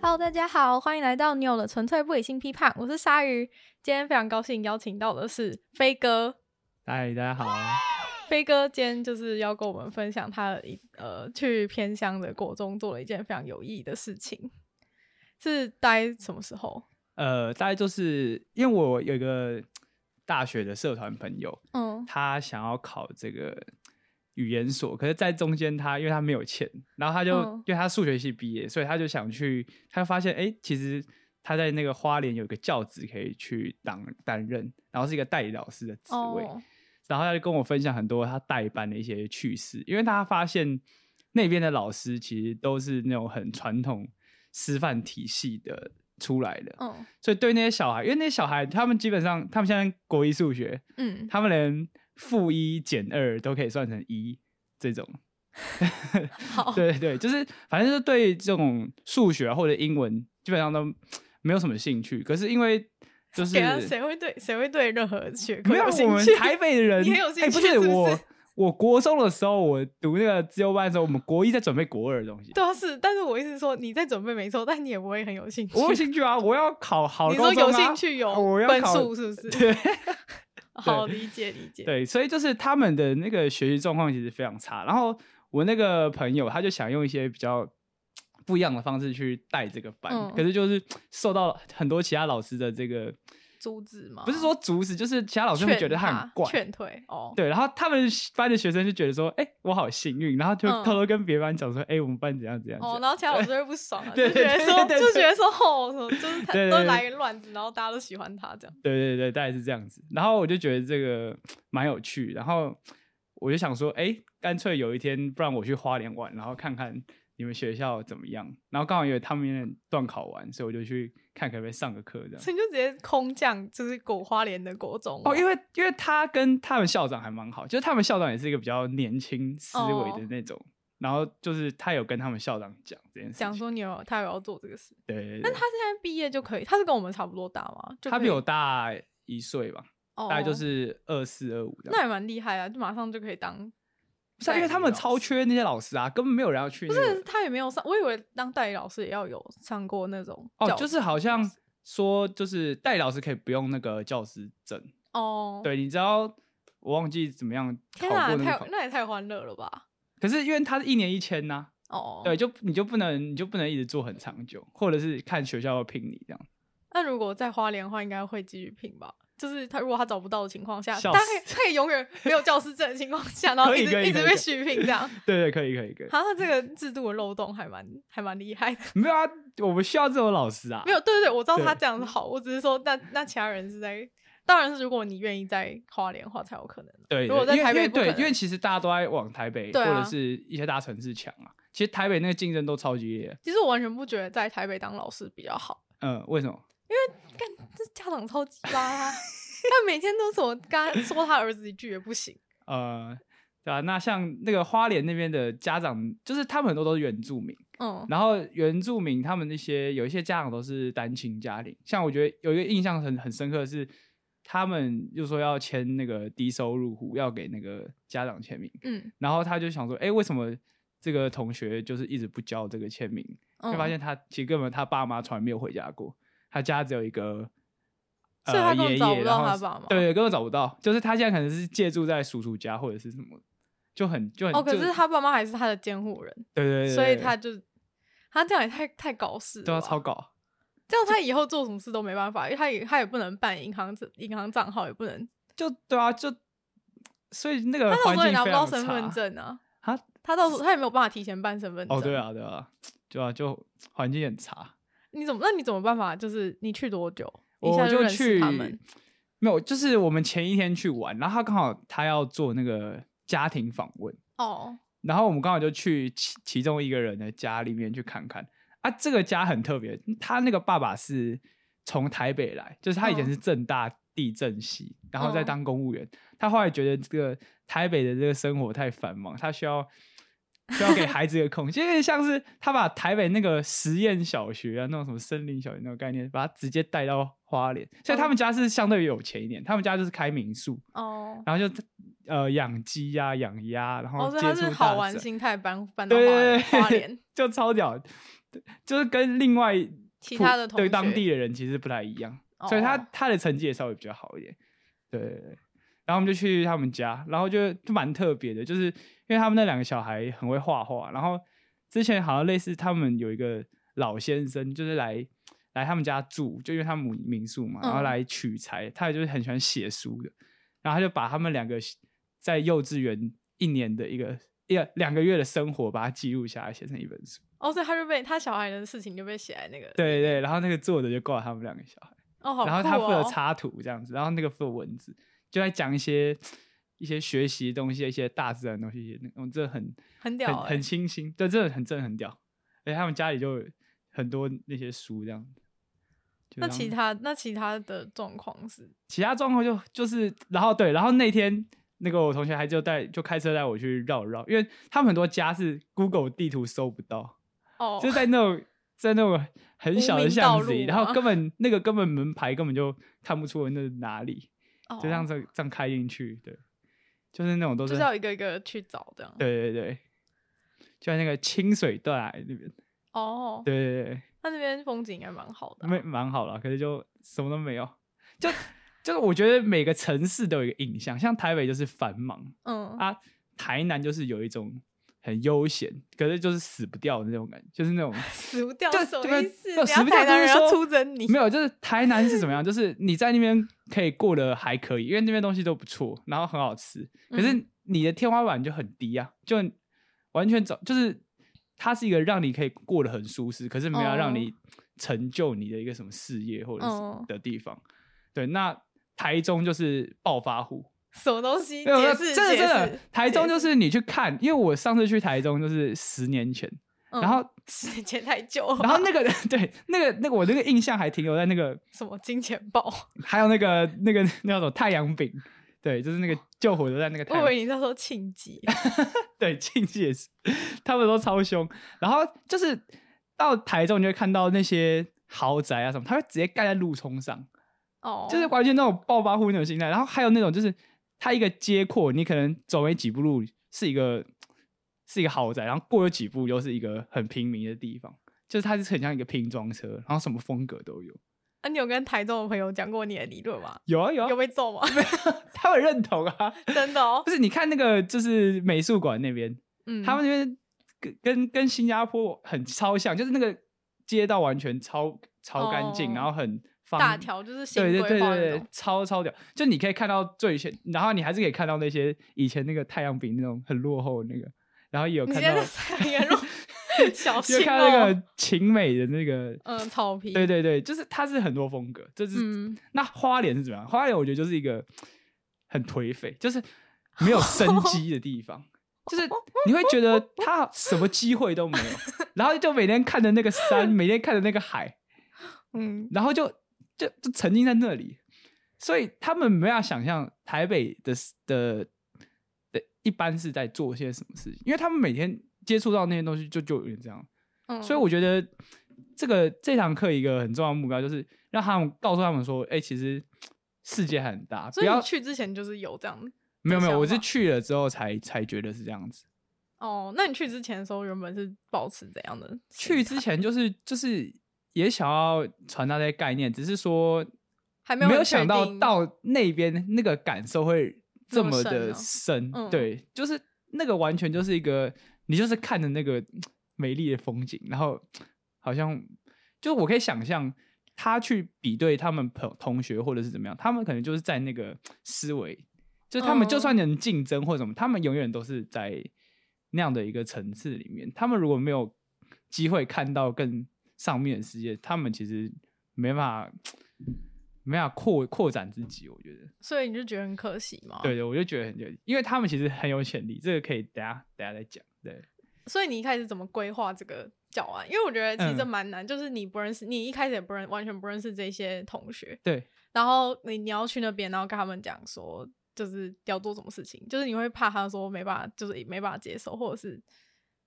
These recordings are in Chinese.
Hello，大家好，欢迎来到你有了纯粹不理性批判，我是鲨鱼。今天非常高兴邀请到的是飞哥，嗨，大家好。飞哥今天就是要跟我们分享他的一呃去偏乡的国中做了一件非常有意义的事情，是待什么时候？呃，大概就是因为我有一个大学的社团朋友，嗯，他想要考这个语言所，可是，在中间他因为他没有钱，然后他就、嗯因为他数学系毕业，所以他就想去，他发现哎、诶其实他在那个花莲有一个教职可以去当担任，然后是一个代理老师的职位。哦，然后他就跟我分享很多他代班的一些趣事，因为他发现那边的老师其实都是那种很传统师范体系的出来的，嗯所以对那些小孩，因为那些小孩他们基本上他们现在国一数学，嗯，他们连负一减二都可以算成一这种，好，对对，就是反正就对这种数学或者英文基本上都没有什么兴趣，可是因为就是等一下谁会对谁会对任何学科没有，兴我们趣？台北的人， 你很有哎兴趣不是是不是我，我国中的时候，我读那个自由班的时候，我们国一在准备国二的东西。对啊，是，但是我意思是说你在准备没错，但你也不会很有兴趣。我有兴趣啊，我要考好你高说中有啊。兴趣有我要分考 数是不是？对好理解理解。对，所以就是他们的那个学习状况其实非常差。然后我那个朋友他就想用一些比较不一样的方式去带这个班，嗯可是就是受到很多其他老师的这个，阻止吗？不是说阻止，就是其他老师哦会劝觉得他很他怪，劝退哦。对，然后他们班的学生就觉得说，哎、我好幸运，然后就嗯偷偷跟别班讲说，哎、我们班怎样怎样怎哦，样。然后其他老师会不爽啊， 对就觉得说，对对对就觉得说，哦，什么就是他 对对都对来一个乱子，然后大家都喜欢他这样。对对对，大概是这样子。然后我就觉得这个蛮有趣，然后我就想说，哎、干脆有一天，不然我去花莲玩，然后看看你们学校怎么样。然后刚好因为他们断考完，所以我就去看可不可以上个课这样所。以你就直接空降，就是果花莲的国中哦，因为为因为他跟他们校长还蛮好，就是他们校长也是一个比较年轻思维的哦那种。然后就是他有跟他们校长讲这件事情，讲说你有他有要做这个事，对对对但他现在毕业就可以，他是跟我们差不多大嘛，就他可比以我大一岁吧，哦大概就是二四二五的。那也蛮厉害啊，就马上就可以当。不是啊、因为他们超缺那些老师啊，根本没有人要去、那不个是他也没有上，我以为当代理老师也要有上过那种哦，教就是好像说，就是代理老师可以不用那个教师证。哦，，对，你知道我忘记怎么样考天啊，过那太个考，那也太欢乐了吧！可是因为他是一年一签呐、哦，对，就你就不能你就不能一直做很长久，或者是看学校要聘你这样。那如果在花莲的话，应该会继续拼吧？就是他如果他找不到的情况下，他笑可死以他可以永远 没有教师证的情况下，然后可一以可直以一直可以被 续聘这样。对对，可以可以可以，好，他这个制度的漏洞还蛮还蛮厉害的。没有啊，我们需要这种老师啊。没有，对对对，我知道他对嗯这样子好，我只是说那那其他人是在，当然是如果你愿意在花莲的话才有可能啊。对，如果对在因为台北因为不可对，能因为其实大家都在往台北对或啊者是一些大城市抢啊。其实台北那个竞争都超级烈，其实我完全不觉得在台北当老师比较好，嗯，为什么？干这家长超级拉 啊，但每天都是我跟他说他儿子一句也不行。呃，对啊，那像那个花莲那边的家长，就是他们很多都是原住民，嗯，然后原住民他们那些有一些家长都是单亲家庭，像我觉得有一个印象很很深刻的是，他们就说要签那个低收入户，要给那个家长签名，嗯，然后他就想说，哎、为什么这个同学就是一直不交这个签名？嗯就发现他其实根本他爸妈从来没有回家过，他家只有一个。所以他呃根本爷找爷不然到后他是爸妈对，根本找不到。就是他现在可能是借住在叔叔家或者是什么，就很就很哦，可就是他爸妈还是他的监护人，对对对，所以对他就他这样也太太搞事了对啊吧超搞，这样他以后做什么事都没办法，因为他也他也不能办银行银行账号，也不能，就对啊就，所以那他个到环时候也境拿不非到常身份差证啊，啊。他到时候他也没有办法提前办身份证。哦，对，啊对啊，对啊就环境很差。你怎么那你怎么办法？就是你去多久？一我下就认识去他们，没有，就是我们前一天去玩，然后他刚好他要做那个家庭访问。哦，然后我们刚好就去其其中一个人的家里面去看看啊，这个家很特别，他那个爸爸是从台北来，就是他以前嗯是正大地震系，然后再嗯当公务员，他后来觉得这个台北的这个生活太繁忙，他需要。需要给孩子一个空，间，有点像是他把台北那个实验小学啊，那种什么森林小学那种概念，把它直接带到花莲。所以他嗯们家是相对有钱一点，他们家就是开民宿，哦，然后就呃养鸡呀、养鸭，然后哦，所以接他触是大好玩自然心态搬搬到花对对 莲对花莲，就超屌。就是跟另外其普他的同对当学地的人其实不太一样，所以他哦他的成绩也稍微比较好一点。对对对，然后我们就去他们家，然后就就蛮特别的，就是因为他们那两个小孩很会画画，然后之前好像类似他们有一个老先生，就是来来他们家住，就因为他们民民宿嘛，然后嗯来取材，他也就是很喜欢写书的，然后他就把他们两个在幼稚园一年的一个一个两个月的生活，把它记录下来，写成一本书。哦，所以他就被他小孩的事情就被写在那个，对对，然后那个作者就挂他们两个小孩，哦，好酷哦，然后他负责插图这样子，然后那个负责文字，就在讲一些一些学习的东西，一些大自然的东西，一些那种这很很屌很欸很清新，对，真的很真的很屌。而且他们家里就有很多那些书这样子。就那让其他那其他的状况是，其他状况就就是，然后对，然后那天那个我同学还就带就开车带我去绕绕，因为他们很多家是 Google 地图搜不到，哦，就在那种 在那种很小的巷子无里，名道然路啊后根本那个根本门牌根本就看不出那是哪里，哦就这样子这样开进去，对，就是那种都就是是要一个一个去找这样，对对对，就在那个清水断崖那边，哦，对对对，那那边风景应该蛮好的啊，没蛮好了，可是就什么都没有，就就是我觉得每个城市都有一个印象，像台北就是繁忙嗯，啊，台南就是有一种很悠闲，可是就是死不掉的那种感觉，就是 那种。死不掉就什这么个意思？就等死下不台掉南就是人要说出征你，没有，就是台南是怎 么样？就是你在那边可以过得还可以，因为那边东西都不错，然后很好吃。嗯可是你的天花板就很低啊，就完全找就是它是一个让你可以过得很舒适，可是没有让你成就你的一个什么事业或者哦是的地方。对，那台中就是暴发户，什么东西？没有没有解真释的解真的释，，台解中就释是你去看，因为我上次去台中就是十年前，嗯然后时间太久，然后那个 对那个那个我那个印象还停留在那个。什么金钱豹， 还有那个那个那叫什么太阳饼，对，就是那个救火的在那个我以太阳为饼，你在说庆 忌，对，庆忌也是，他们都超凶。然后就是到台中，你就会看到那些豪宅啊什么，他会直接盖在路冲上，哦，就是完全那种暴发户那种心态。然后还有那种就是它一个街阔，你可能走没几步路是一个是一个豪宅，然后过了几步又是一个很平民的地方，就是它是很像一个拼装车，然后什么风格都有。啊，你有跟台中的朋友讲过你的理论吗？有啊有啊，有被揍吗？ 他们认同啊。真的哦 不，是，你看那个就是美术馆那边，嗯，他们那边跟跟跟新加坡很超像，就是那个街道完全超超干净，哦然后很方大条就是新对规对对划对那对种，，超超屌！就你可以看到最前，然后你还是可以看到那些以前那个太阳饼那种很落后的那个，然后也 有你看现在到，在言论小就心看到那哦，个晴美的那个，嗯，草皮，对对对，就是它是很多风格，就是、嗯，那花莲是怎么样？花莲我觉得就是一个很颓废，就是没有生机的地方，就是你会觉得它什么机会都没有，然后就每天看着那个山，每天看着那个海，嗯，然后就就就沉浸在那里，所以他们没有想象台北的的的一般是在做些什么事情，因为他们每天接触到那些东西就就有点这样。嗯所以我觉得这个这堂课一个很重要的目标就是让他们告诉他们说，哎、其实世界还很大，所不以你要去之前就是有这样没有没想有，法我是去了之后才才觉得是这样子。哦，那你去之前的时候原本是保持怎样的心态？去之前就是就是也想要传达这些概念，只是说还没没有有很确想到定到那边那个感受会这这么么深的哦深，嗯对，就是那个完全就是一个你就是看着那个嗯美丽的风景，然后好像就我可以想象他去比对他们朋同学或者是怎么样，他们可能就是在那个思维，就他们就嗯算能竞争或者什么，他们永远都是在那样的一个层次里面，他们如果没有机会看到更上面的世界，他们其实没办法。没办法扩扩展自己，我觉得，所以你就觉得很可惜嘛？对，对，我就觉得很有，因为他们其实很有潜力，这个可以等下等下再讲。对，所以你一开始怎么规划这个教案？因为我觉得其实这嗯蛮难，就是你不认识，你一开始也不认，完全不认识这些同学，对，然后你你要去那边，然后跟他们讲说，就是要做什么事情，就是你会怕他说没办法，就是没办法接受，或者是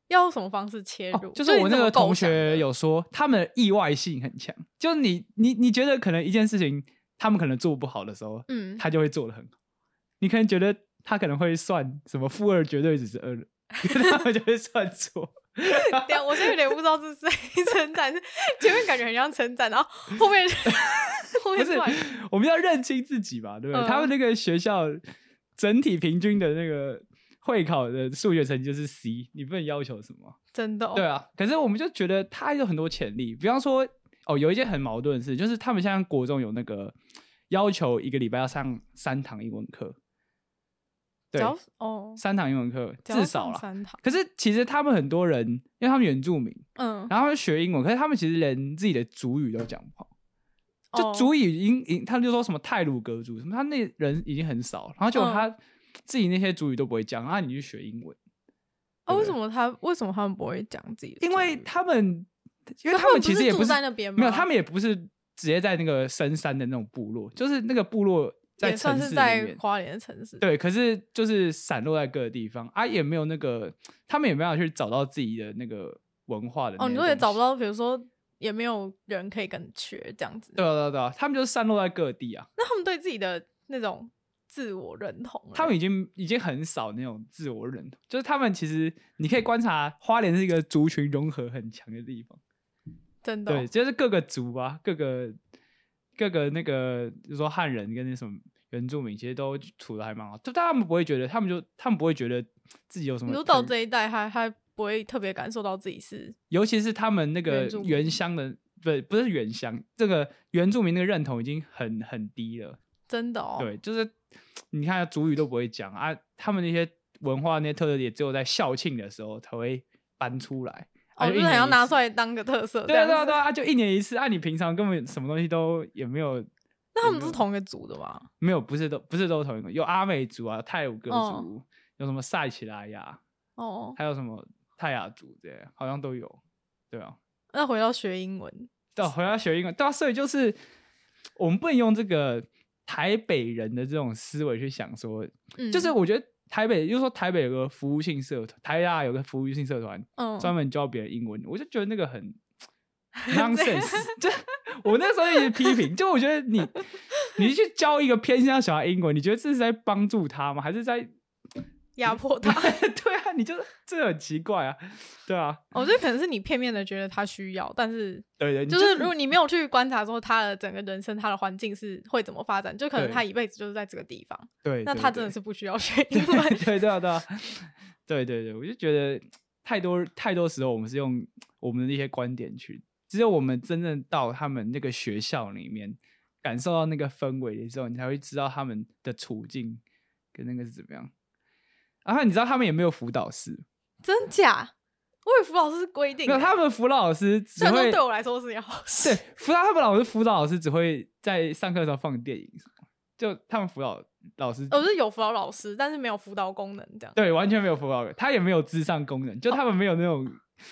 要用什么方式切入？哦，就是是我那个同学有有说，他们的意外性很强，就你你你觉得可能一件事情他们可能做不好的时候，嗯，他就会做的很好。你 可能觉得他可能会算什么负二绝对只是二，可是他们就会算错。等一下我现在有点不知道这是谁 称赞，是前面感觉很像称赞，然后后面 后不面是突然，我们要认清自己吧，对不对？嗯他们那个学校整体平均的那个会考的数学成绩就是 C，你不能要求什么。真的、哦，对啊，可是我们就觉得他有很多潜力，比方说，哦，有一件很矛盾的事，就是他们现在国中有那个要求一个礼拜要上三堂英文课，只对，要哦，三堂英文课只要至少上啦。三堂，可是其实他们很多人，因为他们原住民，嗯，然后他们学英文，可是他们其实连自己的族语都讲不好，就哦族语已经已经，他们就说什么泰鲁格族什么，他那人已经很少，然后结果嗯他自己那些族语都不会讲，然后你去学英文，啊，为对什么他为什么他们不会讲自己的因中文？为他们，因为那他们不其实也住不是在那边吗？没有，他们也不是直接在那个深山的那种部落，就是那个部落在也城算市是里在面。花莲的城市，对，可是就是散落在各个地方啊，也没有那个，他们也没有去找到自己的那个文化的那哦，你个说也东找西不到，比如说也没有人可以跟你学这样子，对啊，对啊，对啊，他们就是散落在各地啊，那他们对自己的那种自我认同嘞，他们已经已经很少那种自我认同，就是他们其实你可以观察，花莲是一个族群融合很强的地方，真的哦、对，就是各个族啊，各个各个那个，就是说汉人跟那什么原住民，其实都处的还蛮好，就但他们不会觉得，他们就他们不会觉得自己有什么你特，说到这一代还还不会特别感受到自己是尤其是他们那个原住民原乡的，不不是原乡，这个原住民那个认同已经很很低了。真的哦，对，就是你看主语都不会讲啊，他们那些文化那些特色也只有在校庆的时候才会搬出来。哦，啊就就一是很年要一拿次出来当个特色，对啊这对啊样子对啊，啊就一年一次。啊，你平常根本什么东西都也没有。那他们也没不是有同一个族的吗？没有，不是都不是都同一个，有阿美族啊、泰鲁格哦族，有什么塞奇拉雅，哦，还有什么泰雅族这些，好像都有。对啊，那回到学英文，对啊，回来学英文，对啊，所以就是我们不能用这个台北人的这种思维去想说，嗯，就是我觉得台北，就是说台北有个服务性社团，台大有个服务性社团，嗯，专门教别人英文，我就觉得那 个很 nonsense。就 我那时候一直批评，就我觉得 你你去教一个偏向小孩英文，你觉得这是在帮助他吗？还 是在压迫 他。对啊？你就这很奇怪啊，对啊，我哦觉得可能是你片面的觉得他需要，但是对对，你就是如果你没有去观察说他的整个人生、他的环境是会怎么发展，就可能对他一辈子就是在这个地方，对，那对他真的对是不需要学英文。对 对啊，对啊，对对对，我就觉得太多太多时候我们是用我们的一些观点去，只有我们真正到他们那个学校里面，感受到那个氛围的时候，你才会知道他们的处境跟那个是怎么样。然后你知道他们也没有辅导师，真假？我以为辅导师是规定的，没有他们辅导老师只啊虽然会说对我来说是件好事对，辅导他们老师辅导老师只会在上课的时候放电影什么，就他们辅导老师我是有辅导老师，但是没有辅导功能这样。对，完全没有辅导，他也没有智商功能，就他们没有那种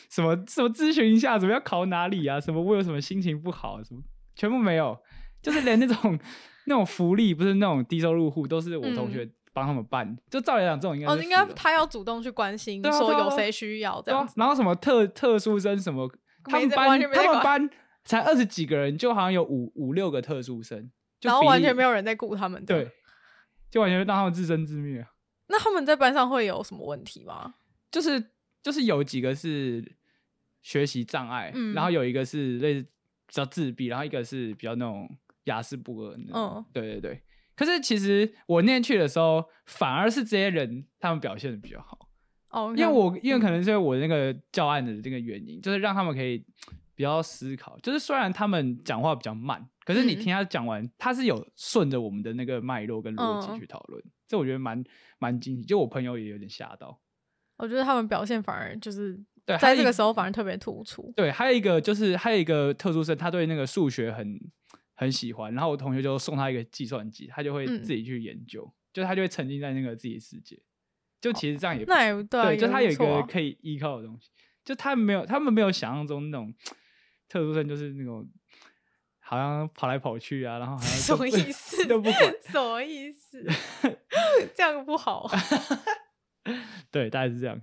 什么什么咨询一下，怎么要考哪里啊，什么我有什么心情不好、啊，什么全部没有，就是连那种那种福利，不是那种低收入户，都是我同学帮他们办。就照理讲，这种应该嗯哦，是应该辅导他要主动去关心，对啊说对啊有对啊谁需要这对样啊子。，然后什么特特殊生什么，他没们在完班全没他在们管班才二十几个人，就好像有五五六个特殊生，就然后完全没有有人在顾他们。对，，就完全让他们自生自灭啊。那他们在班上会有什么问题吗？就是就是有几个是学习障碍，嗯然后有一个是类似比较自闭，然后一个是比较那种雅思不尔。嗯嗯，对对对。可是其实我念去的时候，反而是这些人他们表现的比较好，哦，因为我因为可能是因为我那个教案的这个原因，就是让他们可以比较思考。就是虽然他们讲话比较慢，可是你嗯听他讲完，他是有顺着我们的那个脉络跟逻辑嗯去讨论，这我觉得蛮蛮惊喜。就我朋友也有点吓到，我觉得他们表现反而就是对还在有这一个时候反而特别突出。对，还有一个就是还有一个特殊生，他对那个数学很很喜欢，然后我同学就送他一个计算机，他就会嗯自己去研究，就他就会沉浸在那个自己的世界。就其实这样也不哦那也对啊，对，就他有也一不错个啊可以依靠的东西，就他没有他们没有想象中那种特殊生，就是那种好像跑来跑去啊，然后好 什像都么不 意思？都不管 什么意思？ 这样不好 啊。对，大概是这样。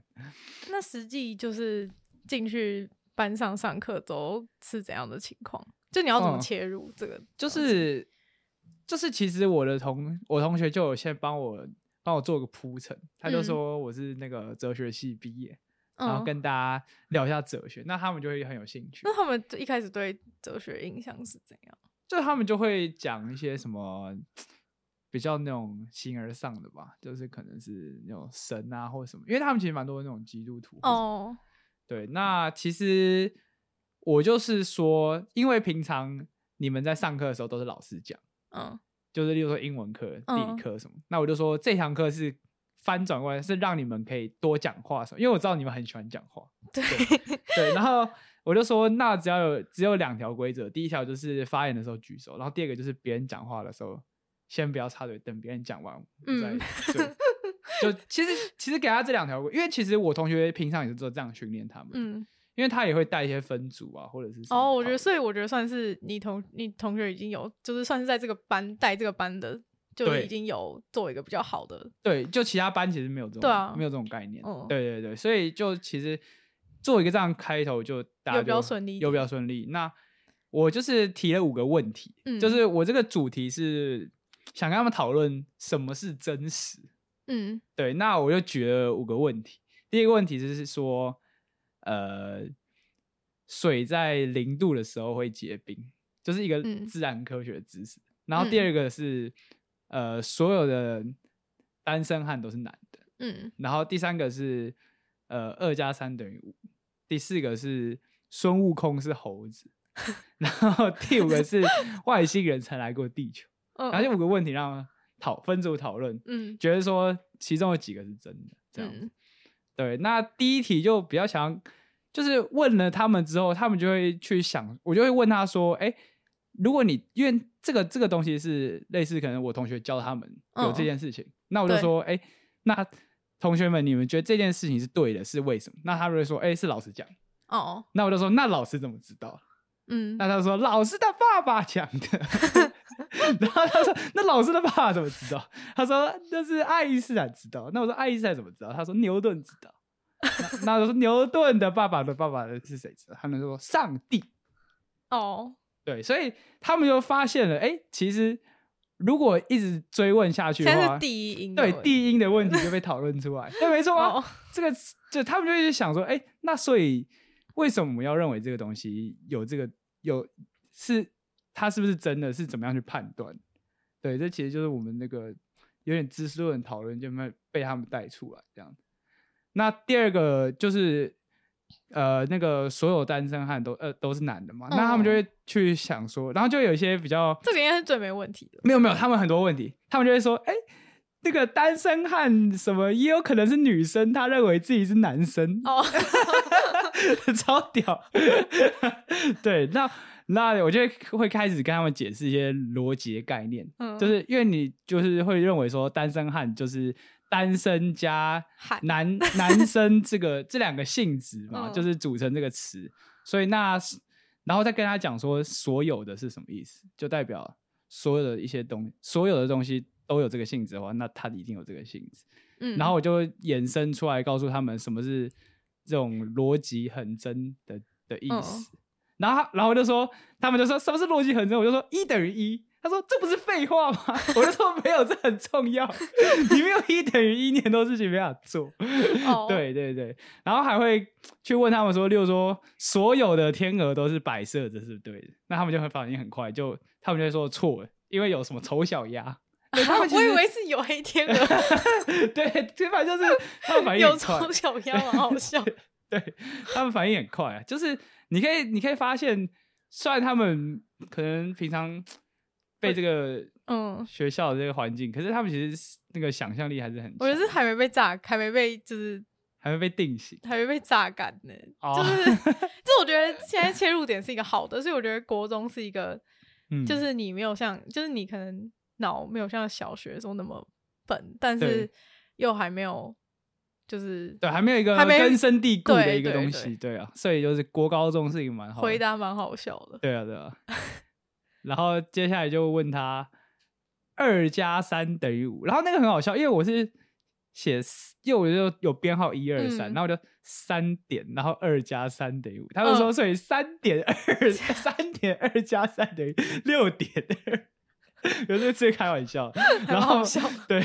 那实际就是进去班上上课之后是怎样的情况？就你要怎么嗯切入这个东西？就是就是，其实我的同我同学就有先帮我帮我做个铺陈，他就嗯说我是那个哲学系毕业，然后嗯跟大家聊一下哲学，那他们就会很有兴趣。那他们一开始对哲学印象是怎样？就他们就会讲一些什么比较那种形而上的吧，就是可能是那种神啊或者什么，因为他们其实蛮多那种基督徒。，哦，对，那其实我就是说，因为平常你们在上课的时候都是老师讲，嗯就是例如说英文课、地嗯理课什么，那我就说这堂课是。翻转过来是让你们可以多讲话什么，因为我知道你们很喜欢讲话，对，对，然后我就说，那只要有只有两条规则，第一条就是发言的时候举手，然后第二个就是别人讲话的时候，先不要插嘴，等别人讲完我们再、嗯对。就其实其实给他这两条规，因为其实我同学平常也是做这样训练他们，嗯，因为他也会带一些分组啊，或者是什么哦，我觉得，讨论所以我觉得算是你同你同学已经有，就是算是在这个班带这个班的，就对已经有做一个比较好的，对，就其他班其实没有这种对啊没有这种概念，嗯对对对，所以就其实做一个这样开头就大家有比较就顺利一有比点较顺利。那我就是提了五个问题，嗯就是我这个主题是想跟他们讨论什么是真实。嗯对，那我就举了五个问题。第一个问题就是说，呃，水在零度的时候会结冰，就是一个嗯自然科学的知识。然后第二个是，呃，所有的单身汉都是男的。嗯然后第三个是，呃，二加三等于五。第四个是孙悟空是猴子。 然后第五个是外星人曾来过地球。嗯，然后这五个问题让讨分组讨论，嗯觉得说其中有几个是真的，这样子。嗯对，那第一题就比较想，就是问了他们之后，他们就会去想，我就会问他说：“哎、如果你因为这个这个东西是类似，可能我同学教他们有嗯这件事情，那我就对说：哎、那同学们，你们觉得这件事情是对的，是为什么？那他们会说：哎、是老师讲。哦那我就说：那老师怎么知道？嗯那他说老师的爸爸讲的， 然后他说那老师的爸爸怎么知道？他说那是爱因斯坦知道。那我说爱因斯坦怎么知道？他说牛顿知道。那那 我说牛顿的爸爸的爸爸是谁知道？他们就说上帝。哦，对，所以他们就发现了，哎，其实如果一直追问下去现的在话是，第一音的对问题，地音的问题就被讨论出来。对，没错啊，哦这个就他们就会想说，哎、那所以为什么我们要认为这个东西有这个有是它是不是真的是怎么样去判断？对，这其实就是我们那个有点知识论的讨论就被被他们带出来这样。那第二个就是呃，那个所有单身汉都呃都是男的嘛，那他们就会去想说，然后就有一些比较这个应该是最没问题的，没有没有，他们很多问题，他们就会说，哎、那个单身汉什么也有可能是女生，他认为自己是男生，哦 超屌。 对，那那我就会会开始跟他们解释一些逻辑的概念，嗯就是因为你就是会认为说单身汉就是单身加汉男 男生这个这两个性质嘛，嗯就是组成这个词，所以那然后再跟他讲说所有的是什么意思，就代表所有的一些东所有的东西都有这个性质的话，那它一定有这个性质。嗯，然后我就衍生出来告诉他们什么是这种逻辑很真的的嗯意思。然后他，然后我就说，他们就说什么是逻辑很真，我就说一等于一。他说这不是废话吗？ 我就说没有，这很重要。 你没有一等于一，你很多事情没法做。哦 对对对，然后还会去问他们说，例如说所有的天鹅都是白色的，是不是对的？那他们就很反应很快，就他们就会说错了，因为有什么丑小鸭。对他们其 我以实为是有黑 天鹅，对，这反 正就是他们反应有很快丑，小鸭，蛮好 笑。对他们反应很快啊。就是你可以，你可以发现，虽然他们可能平常被这个嗯，学校的这个环境，可是他们其实是那个想象力还是很强，我觉得是还没被榨，还没被就是还会被定型。还没被榨干呢。哦 就是 这，我觉得现在切入点是一个好的，所以我觉得国中是一个，嗯就是你没有像，就是你可能脑没有像小学的时候那么笨，但是对又还没有，就是对，还啊没有一个还没根深蒂固的对一个对东西，对啊，所以就是国高中是一个蛮好的回答蛮好笑的。 对啊，对啊。然后接下来就问他二加三等于五，然后那个很好笑，因为我是写四，因为我就有编号一二三，嗯然后我就三点，然后二加三等于五，他们说嗯所以三点 二三点二加三等于六点二， 有时候最开玩笑， 然后好笑 对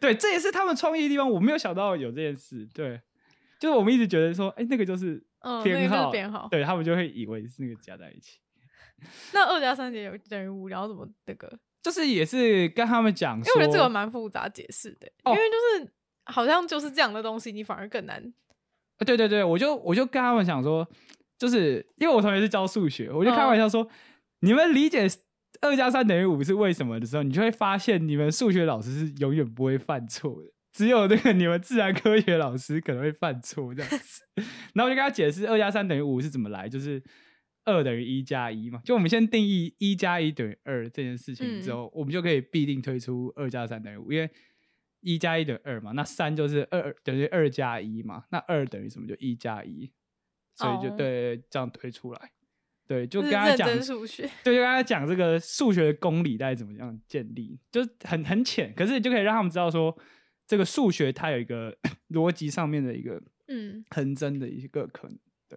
对，这也是他们创意的地方，我没有想到有这件事，对。就是我们一直觉得说，哎、那个就是嗯那个编就是号，编号对他们就会以为是那个加在一起。那二加三等于等于五，然后怎么那个？就是也是跟他们讲，因为我觉得这个蛮复杂解释的、哦因为就是好像就是这样的东西，你反而更难。呃对对对，我就我就跟他们讲说，就是因为我同学是教数学，我就开嗯玩笑说，你们理解二加三等于五是为什么的时候，你就会发现你们数学老师是永远不会犯错的。只有那个你们自然科学老师可能会犯错这样子， 然后我就跟他解释二加三等于五是怎么来，就是二等于一加一嘛。就我们先定义一加一等于二这件事情之嗯后，我们就可以必定推出二加三等于五，因为一加一等于二嘛，那三就是二等于二加一嘛，那二等于什么？就一加一，所以就哦对这样推出来。对，就跟是他认讲，真数 学，对，就跟他讲这个数学的公理大概怎么样建立，就是很很浅，可是你就可以让他们知道说，这个数学它有一个 逻辑上面的一个嗯，恒真的一个可能。对，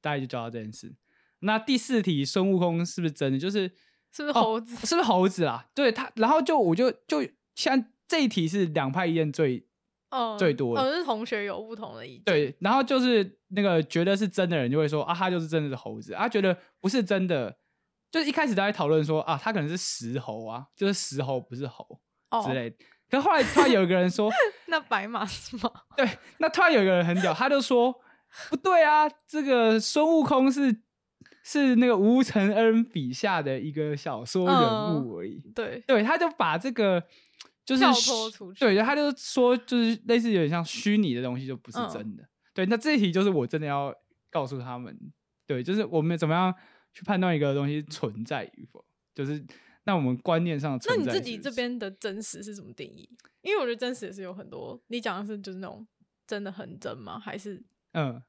大概就教到这件事。那第四题，孙悟空是不是真的？就是是不是哦猴子？是不是猴子啦？对他，然后就我就就像这一题是两派意见最哦，最多的哦，就是同学有不同的意见。对，然后就是那个觉得是真的人就会说啊，他就是真的是猴子，啊，觉得不是真的，就是一开始大家讨论说啊，他可能是石猴啊，就是石猴不是猴哦之，类的。可后来突然有一个人说，那白马是吗？ 对，那突然有一个人很屌，他就说不对啊，这个孙悟空是是那个吴承恩笔下的一个小说人物而已。对，对，他就把这个就是跳虚脱出去对，他就说就是类似有点像虚拟的东西，就不是嗯真的。对，那这一题就是我真的要告诉他们，对，就是我们怎么样去判断一个东西存在与否，就是那我们观念上的那存你在自是己不这是边的真实是怎么定义？因为我觉得真实也是有很多，你讲的是就是那种真的很真吗？还是嗯，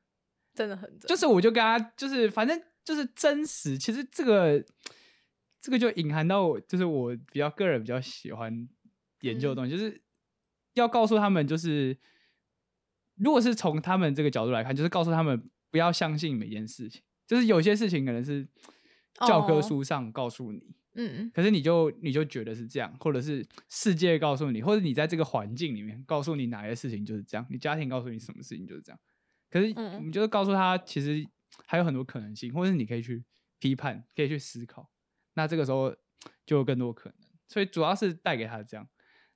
真的很真？就是我就跟他就是反正就是真实，其实这个这个就隐含到我就是我比较个人比较喜欢研究的嗯东西，就是要告诉他们，就是如果是从他们这个角度来看，就是告诉他们不要相信每件事情，就是有些事情可能是教科哦书上告诉你。嗯，可是你就你就觉得是这样，或者是世界告诉你，或者你在这个环境里面告诉你哪些事情就是这样，你家庭告诉你什么事情就是这样。可是嗯你就是告诉他，其实还有很多可能性，或者是你可以去批判，可以去思考。那这个时候就有更多可能，所以主要是带给他这样。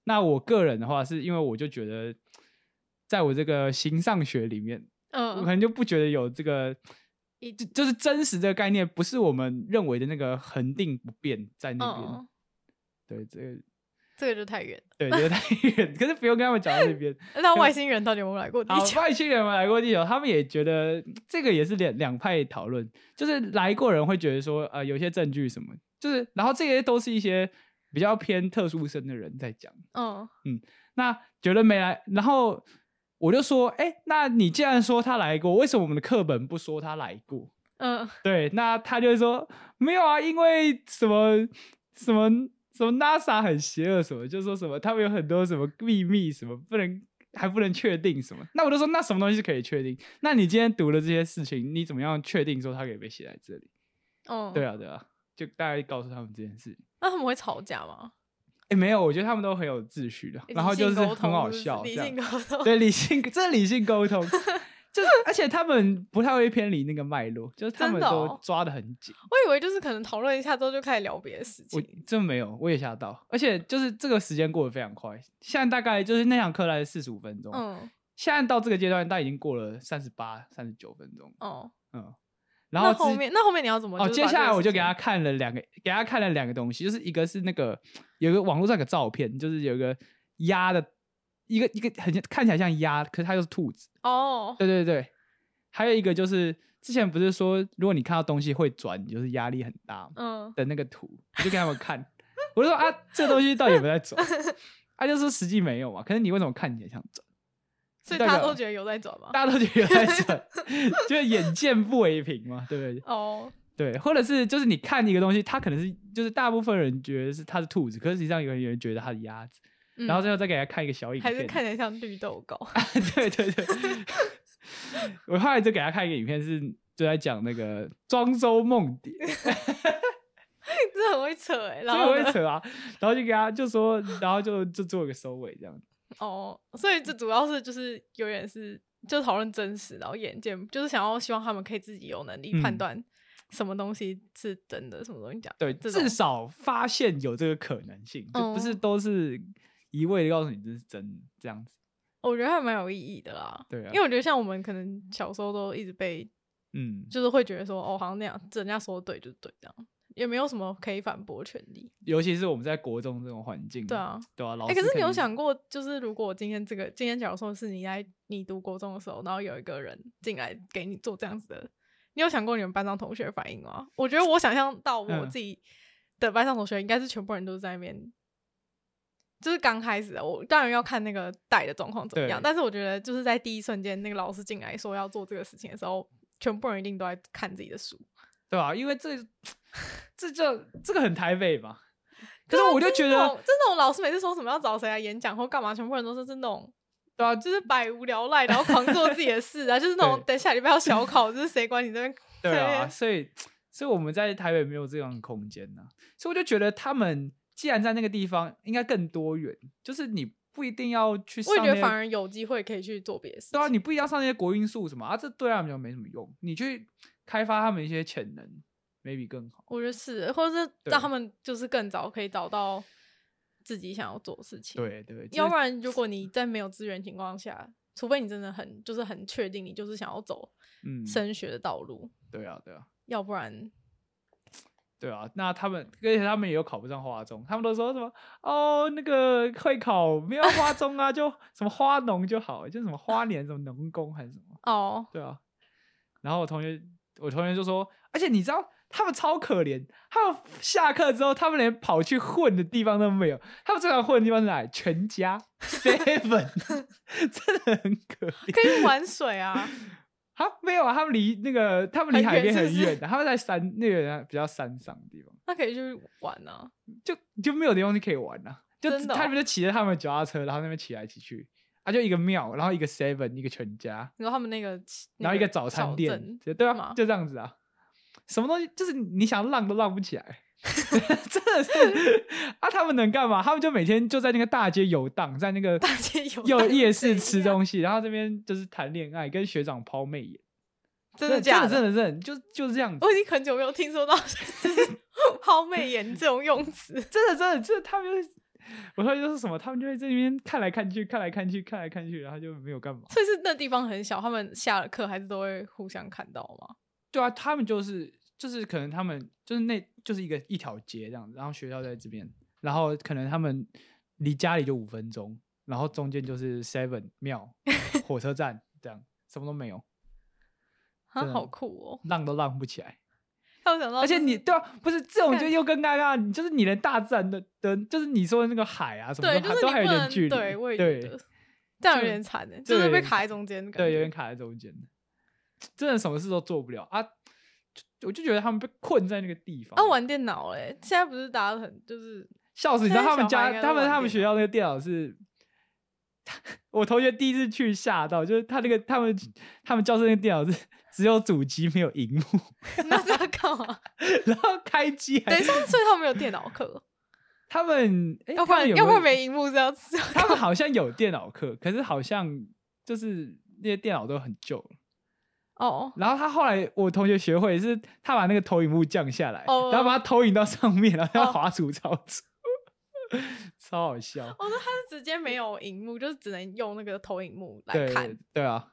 那我个人的话，是因为我就觉得，在我这个形上学里面，我嗯，可能就不觉得有这个，一就就是真实这个概念，不是我们认为的那个恒定不变在那边。嗯，对，这个这个就太远了。对，觉得太远，可是不用跟他们讲到那边。 那外星人到底有没有来过地好，球？外星人们来过地球，他们也觉得这个也是两两派讨论，就是来过人会觉得说，呃，有一些证据什么，就是然后这些都是一些比较偏特殊生的人在讲。嗯，那觉得没来，然后我就说，哎、那你既然说他来过，为什么我们的课本不说他来过？嗯，对，那他就会说没有啊，因为什么什么什么 NASA 很邪恶什么，就说什么他们有很多什么秘密什么不能还不能确定什么。那我就说那什么东西是可以确定？那你今天读了这些事情，你怎么样确定说它可以被写在这里？哦，对，啊，对啊，就大概告诉他们这件事情。那他们会吵架吗？哎，没有，我觉得他们都很有秩序的，然后理就性是沟很通好是不是笑，理这样性沟通，对理性，这是理性沟通， 就是而且他们不太会偏离那个脉络，就是他真们的都哦抓的很紧。 我以为就是可能讨论一下之后就开始聊别的事我情。真没有，我也吓到，而且就是这个时间过得非常快，现在大概就是那堂课来四十五分钟，嗯，现在到这个阶段，大概已经过了三十八、三十九分钟，哦，嗯，然那后后之面那后面你要怎么？哦，就是接把这下来个我事就给情他看了两个，给他看了两个东西，就是一个是那个有一个网络上有个照片，就是有一个鸭的，一个一个很像看起来像鸭，可是它又是兔子，哦，对对对，还有一个就是之前不是说如果你看到东西会转，你就是压力很大吗？嗯，的那个图，我就给他们看，我就说啊，这东西到底有没有在 转？他就说实际没有嘛，可是你为什么看起来像转？所以代大家表都觉得有在转吗？大家都觉得有在 转，就是眼见不为凭嘛，对不哦，对？对，或者是就是你看一个东西，它可能是就是大部分人觉得是它是兔子，可是实际上有人有人觉得它是鸭子，嗯然后最后再给他看一个小影还是片，看起来像绿豆糕。对对对， 我后来就给他看一个影片是，就在讲那个庄周梦蝶， 这很会扯哎、然这后个呢会扯啊，然后就给他就说，然后就就做一个收尾这样。哦，所以这主要是就是有点是就讨论真实，然后眼见，就是想要希望他们可以自己有能力判嗯断什么东西是真的，什么东西假的。对，这至种少发现有这个可能性，就不是嗯都是一味的告诉你这是真的这样子。我觉得还蛮有意义的啦。对啊因为我觉得像我们可能小时候都一直被，嗯，就是会觉得说，哦，好像那样，人家说的对就是对，这样也没有什么可以反驳权利。尤其是我们在国中这种环境，对啊，对啊，老哎、师可是你肯有定想过，就是如果今天这个今天假如说是你在你读国中的时候，然后有一个人进来给你做这样子的，你有想过你们班上同学的反应吗？我觉得我想象到我嗯自己的班上同学，应该是全部人都在那边，就是刚开始啊我当然要看那个带的状况怎么样对，但是我觉得就是在第一瞬间，那个老师进来说要做这个事情的时候，全部人一定都在看自己的书。对啊，因为这这就这个很台北嘛。可对是啊我就觉是那种得，就那种老师每次说什么要找谁来演讲或干嘛，全部人都是这种。对啊，就是百无聊赖，然后狂做自己的事啊，就是那种对等下礼拜要小考，就是谁管你这边？对啊，对所以所以我们在台北没有这样的空间呐、所以我就觉得他们既然在那个地方，应该更多元，就是你不一定要去上我也觉那得些反而有机会可以去做别的事情。对啊，你不一定要上那些国音素什么啊，这对他们来讲没什么用，你去开发他们一些潜能，maybe 更好。我觉得是，或者是对让他们就是更早可以找到自己想要做的事情。，对对，这要不然如果你在没有资源情况下，除非你真的很就是很确定你就是想要走嗯，升学的道路，对啊对啊。要不然对啊，那他们，而且他们也有考不上花中，他们都说什么哦，那个会考没有花中啊，就什么花农就好，就什么花莲什么农工还是什么， 哦，对啊。然后我同学，我同学就说，而且你知道他们超可怜，他们下课之后，他们连跑去混的地方都没有，他们最常混的地方是哪里？全家 seven，真的很可怜。可以去玩水啊，啊，没有啊，他们离那个他们离很海远边是很不远是的，他们在山那个比较山上的地方。那可以去玩啊。就就没有地方西可以玩了、就真的他哦们就骑着他们的脚踏车，然后那边骑来骑去，啊，就一个庙，然后一个 Seven，一个全家，你说他们那个，然后一个早餐小店镇，就对啊，吗就这样子啊，什么东西就是你想浪都浪不 起来，真的是啊，他们能干嘛？他们就每天就在那个大街游荡，在那个大街游荡是又夜怎市吃样东西，然后这边就是谈恋爱，跟学长抛媚眼，真的哦假真的真的真的就就是这样子我。已经很久没有听说到就是 抛媚眼这种用词。真的真的，就是他们就是，我说就是什么，他们就会在那边看来看去，看来看去，看来看去，然后就没有干嘛。所以是那地方很小，他们下了课还是都会互相看到吗？对啊，他们就是就是可能他们就是那就是一个一条街这样子，然后学校在这边，然后可能他们离家里就五分钟，然后中间就是 Seven 庙、火车站这样，什么都没有，啊真，的好酷哦！浪都浪不起来。他有想到而就是，且你对啊，不是这种哦就看又更尴尬，你就是你连大自然的的，就是你说的那个海啊什么对，的，就是还都你还有不点能距离，对，我也觉对得。这样有就点惨哎，这就是有被点卡在惨中间的感觉，对，有点卡在中间，真的什么事都做不了啊！就我就觉得他们被困在那个地方。啊，玩电脑嘞，现在不是大家很 就是笑死！你知道现在他们小孩应家、该他都们、玩他们电学校那个电脑是，我同学第一次去吓到，就是他那个他们他们教室那个电脑是只有主机没有荧幕，那是要干 嘛？然后开机还等一下，所以他们有电脑课，他们、诶要不哎他然们有要不然没没有荧幕是要吃。他们好像有电脑课，可是好像就是那些电脑都很旧了。哦然后他后来，我同学学会是，他把那个投影幕降下来哦然后把它投影到上面，然后他哦滑鼠操作 超好笑。哦，那他是直接没有荧幕，就是只能用那个投影幕来对看。对啊，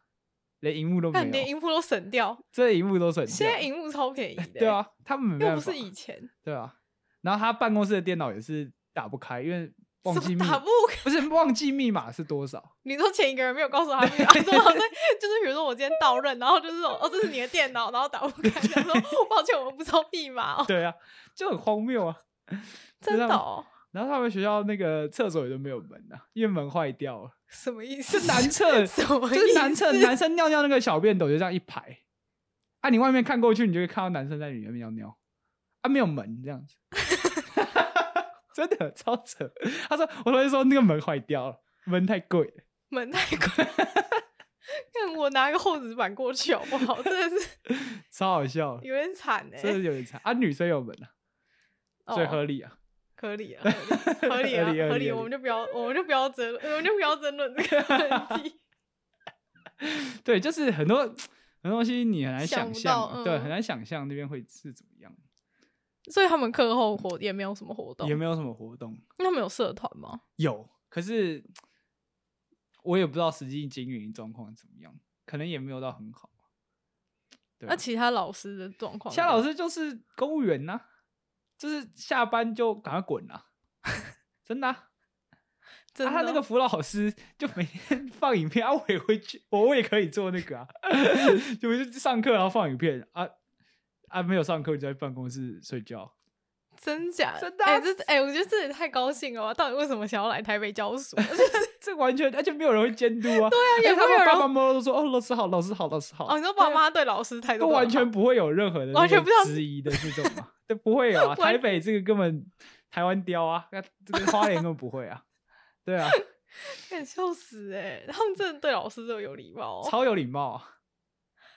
连荧幕都没看连有，荧幕都省掉，这荧幕都省掉。现在荧幕超便 宜的、欸对，啊，他们没又办不法是，以前，对啊。然后他办公室的电脑也是打不开，因为忘什记么密打不开？不是忘记密码是多少。 你说前一个人没有告诉他密码， 说好像就是比如说我今天到任，然后就是说哦这是你的电脑，然后打不开，想 说抱歉我们不知道密码哦，对啊，就很荒谬啊。真的哦，然后他们学校那个厕所也都没有门啊，因为门坏掉了，什么意思？是男厕什么意就思？是男厕男生尿尿那个小便斗就这样一排，啊，你外面看过去，你就会看到男生在里面尿尿，啊，没有门 这样子，真的超扯。他说，我同学说那个门坏掉了，门太贵了，门太 宽。看我拿一个厚纸板过去好不好？真的是超好笑，有点惨哎、真的有点惨啊。女生有门啊，最合哦、理啊， 合理啊，合理啊，合理合理合合理 理，我们就不要，我们就不要争，我们就不要争论这个问题。对，就是很多很多东西你很难想想不象到啊，对，嗯很难想象那边会是怎么样，所以他们课后活也没有什么活动，也没有什么活动，那他们有社团吗？有，可是我也不知道实际经营状况怎么样，可能也没有到很好。啊对那啊，其他老师的状况呢，夏老师就是公务员呐、就是下班就赶快滚啦、 真的啊、真啊的哦他那个辅导老师就每天 放影片啊，我也会去，我也可以做那个 啊，就我就上课然后放影片啊啊，没有上课就在办公室睡觉。真假真的啊哎、这哎、我觉得这也太高兴了吧！到底为什么想要来台北教 书？这完全，而且没有人会监督啊！对啊也他不会有们爸人爸妈妈都说哦，老师好，老师好，老师好。哦，你说对爸啊妈对老师态度都都完很好全不会有任 何的完全不知道那种质疑的这种嘛，都不会有啊。完 台北这个根本台湾雕啊，那这个花莲根本不会啊， 对啊，看笑死哎、他们真的对老师都有礼貌、哦，超有礼貌啊。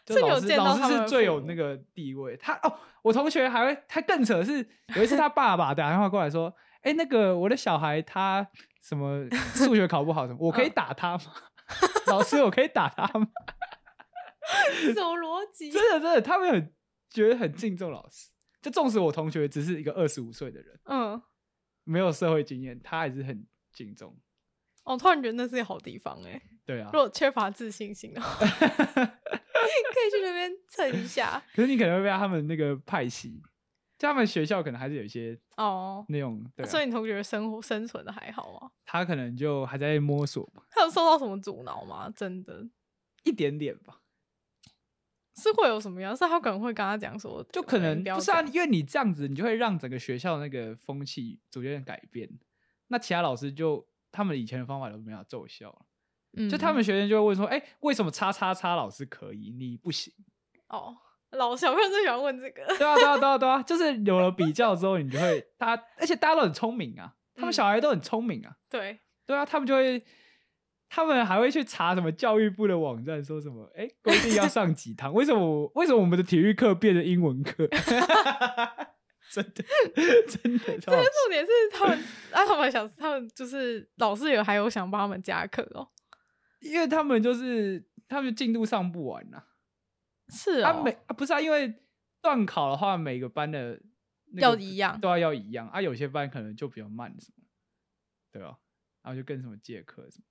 就这个老有师见到老师他们是的最父有母那个地位，他哦，我同学还会，他更扯是有一次他爸爸打电话过来说，哎、那个我的小孩他什么数学考不好什么，我可以嗯打他吗？ 老师，我可以打他吗？ 什么逻辑？真的真的，他们很觉得很敬重老师。就纵使我同学只是一个二十五岁的人，嗯，没有社会经验，他还是很敬重。我、哦突然觉得那是个好地方哎、对啊如，果缺乏自信心的 话，可以去那边蹭一下可是你可能会被他们那个派系，就他们学校可能还是有一些哦。那种，对啊、所以你同学生活生存的还好吗？他可能就还在摸索吧，他有受到什么阻挠吗？真的一点点吧，是会有什么样？是他可能会跟他讲说，呃就可你能不要不是啊，讲因为你这样子，你就会让整个学校那个风气逐渐改变。那其他老师就他们以前的方法都没有奏效了，嗯就他们学生就会问说，哎、为什么叉叉叉老师可以，你不行？哦，老小朋友最喜欢问这个，对啊，对啊，对啊，对啊，就是有了比较之后，你就会大家，而且大家都很聪明啊，他们嗯小孩都很聪明啊，对，对啊，他们就会，他们还会去查什么教育部的网站，说什么，哎，规定要上几堂，为 什么我为什么我们的体育课变成英文课？ 真的， 真的，超好笑重点是他们啊，他们想，他们就是老师有还有想帮他们加课哦，因为他们就是他们进度上不完啊呐、是啊，哦，每啊不是啊，因为断考的话，每个班的、那个要一样都要要一样啊。有些班可能就比较慢什么，对吧、然后就跟什么借课什么，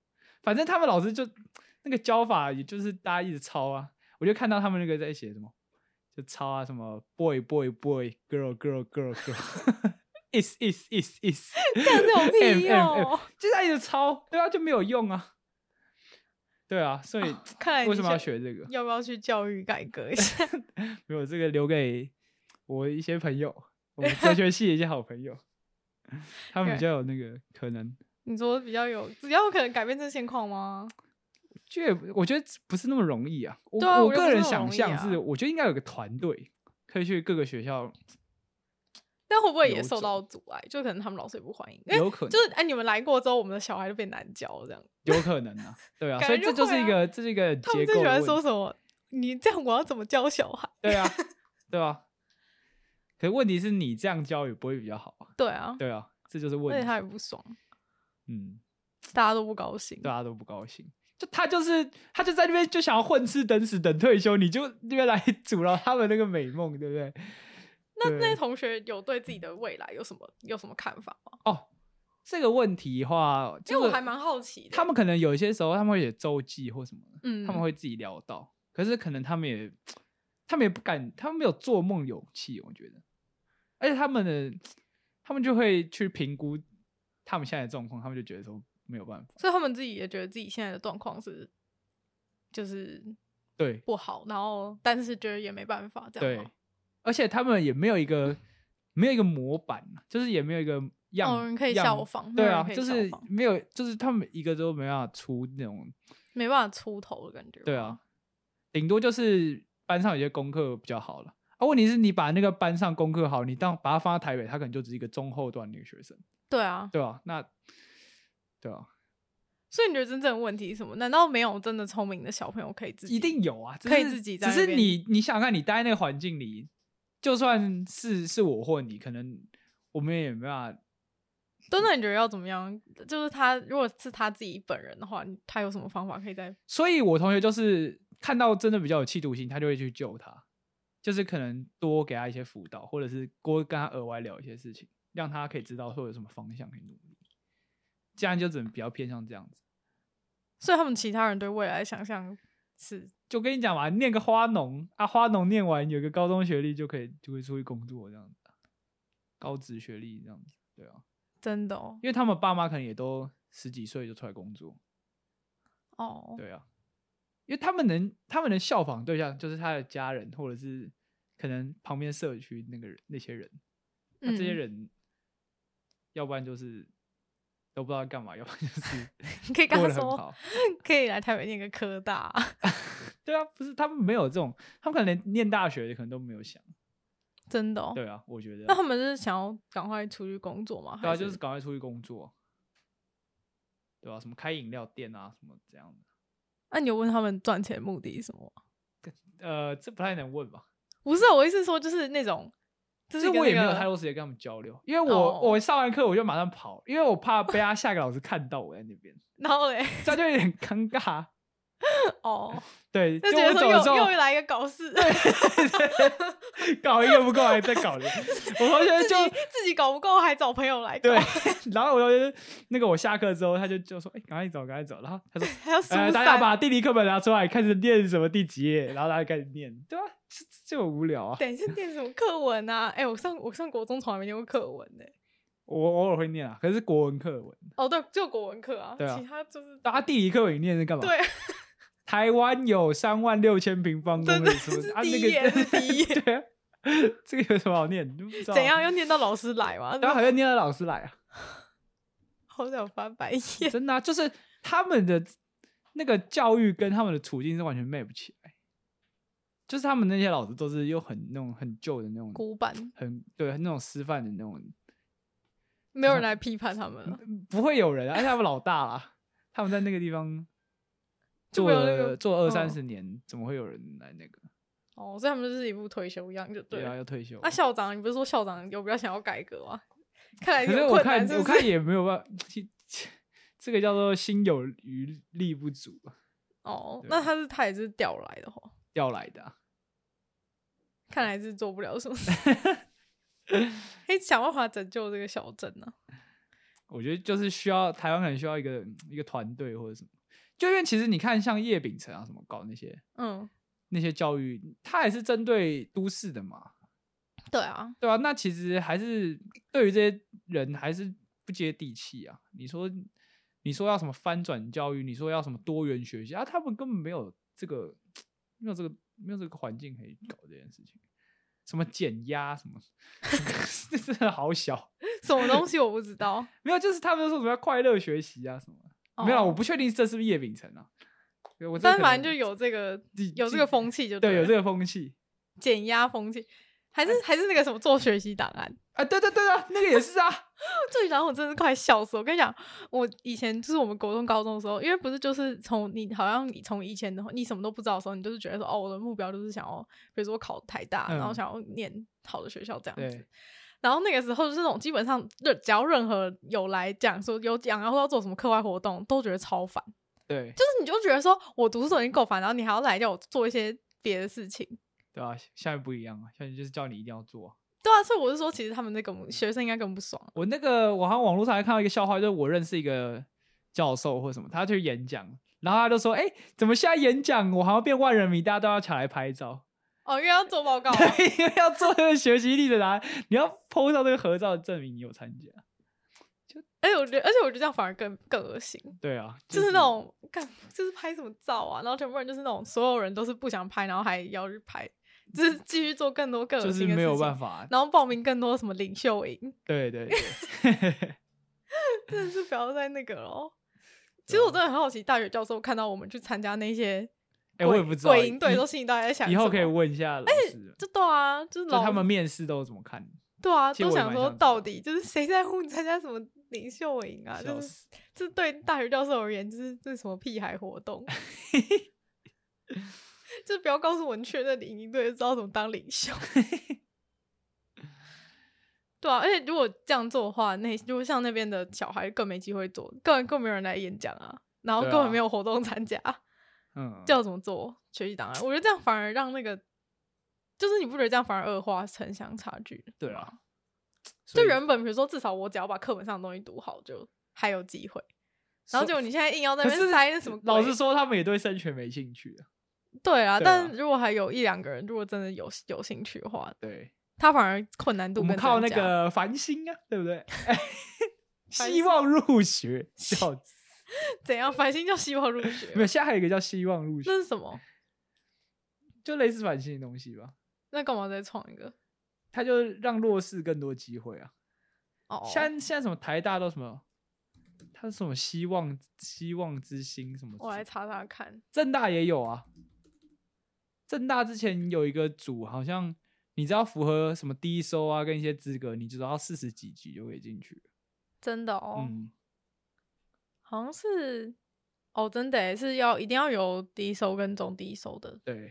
反正他们老师就那个教法，也就是大家一直抄啊。我就看到他们那个在写什么，就抄啊什么 boy boy boy girl girl girl girl 。is is is is， 这有屁哦 M, M, 用 M，就是他一直抄，对啊，就没有用啊，对啊，所以看哎来你为什么要想学这个？要不要去教育改革一下？ 没有这个留给我一些朋友，我们哲学系的一些好朋友， 他们比较有那个可能。你说比较有，只要可能改变这现况吗？就也我觉得不是那么容易啊。我对啊我我觉得个不人是那么想容易象啊是，我觉得应该有个团队可以去各个学校，但会不会也有受种到阻碍？就可能他们老师也不欢迎，因为有可能，就是哎，你们来过之后，我们的小孩就变难教这样。有可能啊，对啊。感所以觉这就就会是一啊个，这是一个他结们构最喜欢的说问题，什么？你这样我要怎么教小孩？对啊，对啊。可是问题是你这样教也不会比较好啊，对啊，对啊，这就是而且问他题。也不爽，嗯，大家都不高兴。大家啊都不高兴。就他就是他就在那边就想要混吃等死等退休，你就那边来阻挠他们那个美梦，对不对？那对那些同学有对自己的未来有什么有什么看法吗？哦，这个问题的话，因为我还蛮蛮好奇的，他们可能有一些时候他们会写周记或什么的，嗯他们会自己聊到，可是可能他们也他们也不敢，他们没有做梦勇气，我觉得，而且他们的他们就会去评估他们现在的状况，他们就觉得说没有办法，所以他们自己也觉得自己现在的状况是就是对，不好，然后但是觉得也没办法这样对吗。，而且他们也没有一个没有一个模板啊，就是也没有一个样，哦人可以样效仿没对有人啊可，以就是效仿没有，就是他们一个都没办法出那种，没办法出头的感觉。对啊，，顶多就是班上有些功课比较好了。啊，问题是你把那个班上功课好，你当把他放在台北，他可能就只是一个中后段的一个学生，对啊。对吧、那对啊，所以你觉得真正的问题是什么？难道没有真的聪明的小朋友可以自己一定有啊，只可以是自己在那只是边你你想想看，你待在那个环境里，就算是是我或你，可能我们也没办法真的，你觉得要怎么样？就是他如果是他自己本人的话，你他有什么方法可以在？所以我同学就是看到真的比较有企图心，他就会去救他，就是可能多给他一些辅导，或者是多跟他额外聊一些事情，让他可以知道说有什么方向可以努力。这样就只能比较偏向这样子。所以他们其他人对未来的想象是就跟你讲嘛，念个花农啊，花农念完有个高中学历就可以就会出去工作这样子，高职学历这样子，对啊，真的哦。因为他们爸妈可能也都十几岁就出来工作，哦，对啊，因为他们能他们能效仿对象就是他的家人，或者是可能旁边社区那个人那些人，那这些嗯人，要不然就是都不知道干嘛，要不然就是你 可以跟过他得很说，好。可以来台北念个科大。 对啊，不是他们没有这种，他们可能连念大学的可能都没有想。真的、哦。对啊，我觉得那，他们是想要赶快出去工作吗？对啊，还就是赶快出去工作，对啊，什么开饮料店啊，什么这样的，那、你有问他们赚钱的目的是什么吗？呃，这不太能问吧？不是，啊我意思说就是那种，就就是是跟我也没有那个太多时间跟他们交流，因为我、哦我上完课我就马上跑，因为我怕被他下个老师看到我在那边，然后嘞，这样就有点尴尬。 哦，对，就就觉得我说走的时又候又来一个搞事，自 搞一个不够，还在搞另一个我同学己就 自己搞不够，还找朋友来搞对， 然后我同学就那个我下课之后，他就就说：“哎、赶快走，赶快走。”然后他说还要：“疏呃，散。大家把地理课本拿出来，开始念什么第几页。”然后大家开始念，对啊，这这很无聊啊。等一下念什么课文啊？哎、我上我上国中从来没念过课文呢、我偶尔会念啊，可是国文课文，哦，对，就国文课啊，对啊其他就是大家地理课本你念是干嘛？对，台湾有三万六千平方公真里，的什么是啊？第那一个页是第一页 对啊，这个有什么好念？你不知 道怎样？要念到老师来嘛？啊然后好像念到老师来 啊，好想翻白眼。真的啊、就是他们的那个教育跟他们的处境是完全 map 不起来，就是他们那些老师都是又很那种很旧的那种，古板，很对那种师范的那种，没有人来批判他们了，不会有人啊，而且他们老大啦，他们在那个地方就做没有那个了做二三嗯十年，怎么会有人来那个？哦，所以他们就是一副退休样，就对对啊，了。要退休那、校长，你不是说校长有比较想要改革吗？看来可是有我困看难，是我不看是？也没有办法，其这个叫做心有余力不足啊哦，对啊那他是他也是调来的吼，调来的、啊。看来是做不了 什么事。 可以想办法拯救这个小镇啊呢、我觉得就是需要台湾可能需要一个一个团队或者什么，就因为其实你看像叶秉成啊什么搞那些嗯，那些教育，他也是针对都市的嘛，对啊，对啊，那其实还是对于这些人还是不接地气啊。你说你说要什么翻转教育，你说要什么多元学习啊，他们根本没有这个没有这个没有这个环境可以搞这件事情。什么减压什么， 这真的好小。什么东西我不知道。 没有，就是他们说什么要快乐学习啊什么。哦没有啦，我不确定这是不是叶秉成啊。对我这但可反能正就有这个记有这记个风气就对有了这个哎风气减压风气，还是还是那个什么做学习档案。 啊，对对对啊，那个也是啊。这里，然后我真的是快笑死！我跟你讲，我以前就是我们国中、高中的时候，因为不是就是从你好像你从以前的你什么都不知道的时候，你就是觉得说哦，我的目标就是想要，比如说我考台大，嗯然后想要念好的学校这样子对。然后那个时候就是那种基本上任只要任何有来讲说有讲要要做什么课外活动，都觉得超烦。对就是你就觉得说我读书已经够烦，然后你还要来叫我做一些别的事情。对啊，下面不一样啊，下面就是叫你一定要做啊、对啊，所以我是说，其实他们那个学生应该更不爽。啊我那个我好像网络上还看到一个笑话，就是我认识一个教授或什么，他去演讲，然后他就说：“哎、怎么现在演讲我好像变万人迷，大家都要抢来拍照，哦，因为要做报告啊、对，因 为要做这个学习力的答案，你要 PO 上这个合照证明你有参加。而且我觉得，而且我觉得这样反而更更恶心。”对啊，就是那种干，就是拍什么照啊，然后全部人就是那种所有人都是不想拍，然后还要去拍，就是继续做更多更恶就是心的没有办法，法， 然后报名更多什么领袖营，对对 对，真的是不要再那个 咯。其啊实我真的很好奇，大学教授看到我们去参加那些哎、鬼我也不知道鬼营队，以都心里到底在想以后什可以么问一下老师，就对啊，就是就老他们面试都怎么看，对啊，其实都我也想蛮说想知到道底就是谁在乎你参加什么领袖营啊？笑就是死。这对大学教授而言，就是这是什么屁孩活 动？就不要告诉我你去那领营队就知道怎么当领袖。 对啊，而且如果这样做的话，那如果像那边的小孩更没机会做，更更没有人来演讲啊，然后对根啊本没有活动参 加，嗯，这要怎么做？学习档案，我觉得这样反而让那个，就是你不觉得这样反而恶化城乡差距？对啊，所就以原本比如说，至少我只要把课本上的东西读好，就还有机会。然后所结果你现在硬要在可那边是塞那什么鬼？老实说，他们也对生权没兴趣啊。对啊，对但啊如果还有一两个人，如果真的有有兴趣的话，对，他反而困难我度们更靠那增加个繁星啊，对 不 对？繁希望入学叫 怎样繁星叫希望入学 没有，，现在还有一个叫希望入学那，是什么？就类似繁星的东西吧。那干嘛再创一个？它就让弱势更多机会啊。哦，现在现在什么台大都什么，它是什么希望希望之星什么之，我来查查看。正大也有啊。正大之前有一个组，好像你只要符合什么低收啊，跟一些资格，你就要四十几级就可以进去。真的哦，嗯，好像是哦，真的耶是要一定要有低收跟中低收的，对，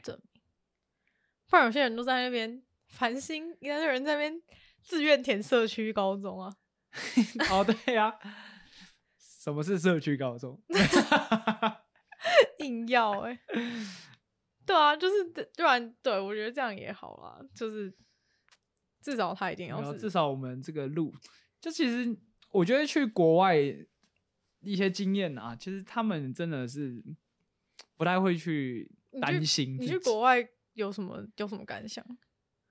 不然有些人都在那边繁星，应该有人在那边自愿填社区高中啊。 哦对啊。什么是社区高中？硬要哎、对啊，就是不然，对我觉得这样也好啦，就是至少他一定然要后是至少我们这个路，就其实我觉得去国外一些经验啊，其实他们真的是不太会去你去担心你自去己国外有什么有什么感想？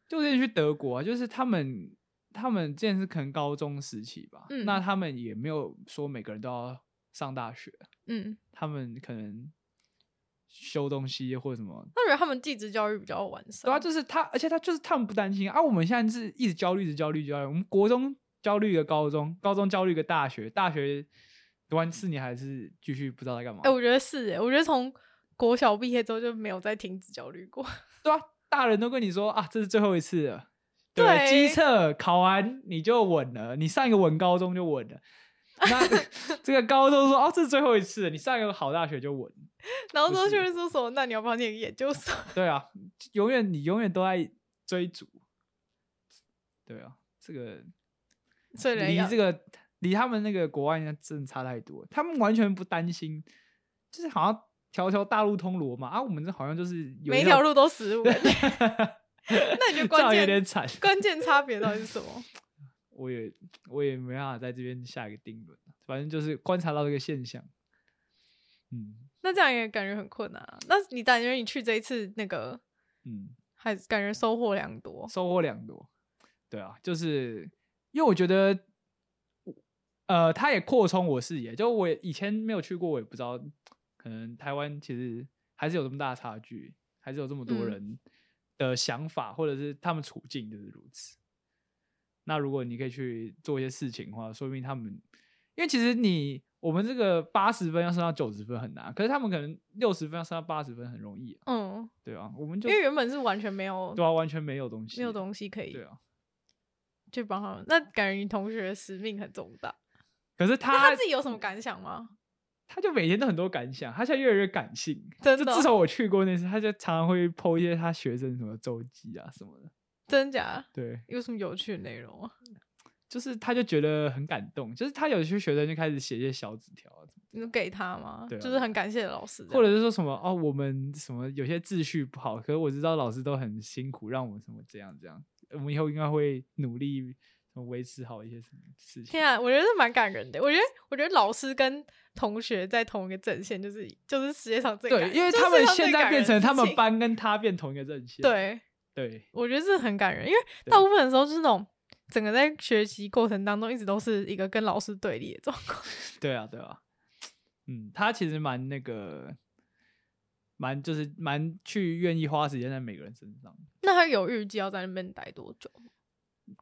就之前去德国啊，就是他们他们之前是可能高中时期吧，嗯那他们也没有说每个人都要上大学，嗯，他们可能修东西或者什么。那我觉得他们继职教育比较完善。对啊，就是他，而且他就是他们不担心啊。我们现在是一直焦虑，一直焦虑，焦虑。我们国中焦虑一个高中，高中焦虑一个大学，大学读完四年还是继续不知道在干嘛。哎、我觉得是哎、我觉得从国小毕业之后就没有再停止焦虑过。 对啊，大人都跟你说啊，这是最后一次了。对，对机测考完你就稳了，你上一个稳高中就稳了。 那这个高中说哦，这是最后一次了，你上一个好大学就稳。然后不之后是就是说什么，那你要不要念研究所？对啊，永远你永远都在追逐。对啊，这个所以人离要这个离他们那个国外真的差太多了，他们完全不担心，就是好像条条大路通罗马啊，我们这好像就是有每一条 路，都死路。那你觉得这关样有键点惨。关键差别到底是什么？我也我也没办法在这边下一个定论，反正就是观察到这个现象。嗯那这样也感觉很困难啊。那你感觉你去这一次那个，嗯，还感觉收获良多。收获良多。对啊，就是因为我觉得，呃，他也扩充我视野，就我也以前没有去过，我也不知道，可能台湾其实还是有这么大的差距，还是有这么多嗯人的想法，或者是他们处境就是如此。那如果你可以去做一些事情的话，说明他们，因为其实你我们这个八十分要升到九十分很难，可是他们可能六十分要升到八十分很容易、啊，嗯，对啊，我们就因为原本是完全没有对啊，完全没有东西，没有东西可以对啊，去帮他们。那感觉你同学的使命很重大。可是那他他自己有什么感想 吗？他就每天都很多感想，他现在越来越感性。真就的哦自从我去过那次，他就常常会剖一些他学生什么周记啊什么的。 真假？对，有什么有趣的内容啊？就是他就觉得很感动，就是他有些学生就开始写一些小纸条啊，你能给他吗？对啊就是很感谢老师这样，或者是说什么哦，我们什么有些秩序不好，可是我知道老师都很辛苦，让我们什么这样这样，我们以后应该会努力什么维持好一些什么事情。天啊，我觉得是蛮感人的。我觉得，我觉得老师跟同学在同一个阵线，就是就是世界上最对，感因为就是他世界们上最现感在人变的成他事们情班跟他变同一个阵线。对，对，我觉得这很感人，因为对大部分的时候就是那种整个在学习过程当中，一直都是一个跟老师对立的状况。 对啊，对啊，嗯，他其实蛮那个，蛮就是蛮去愿意花时间在每个人身上。那他有预计要在那边待多久？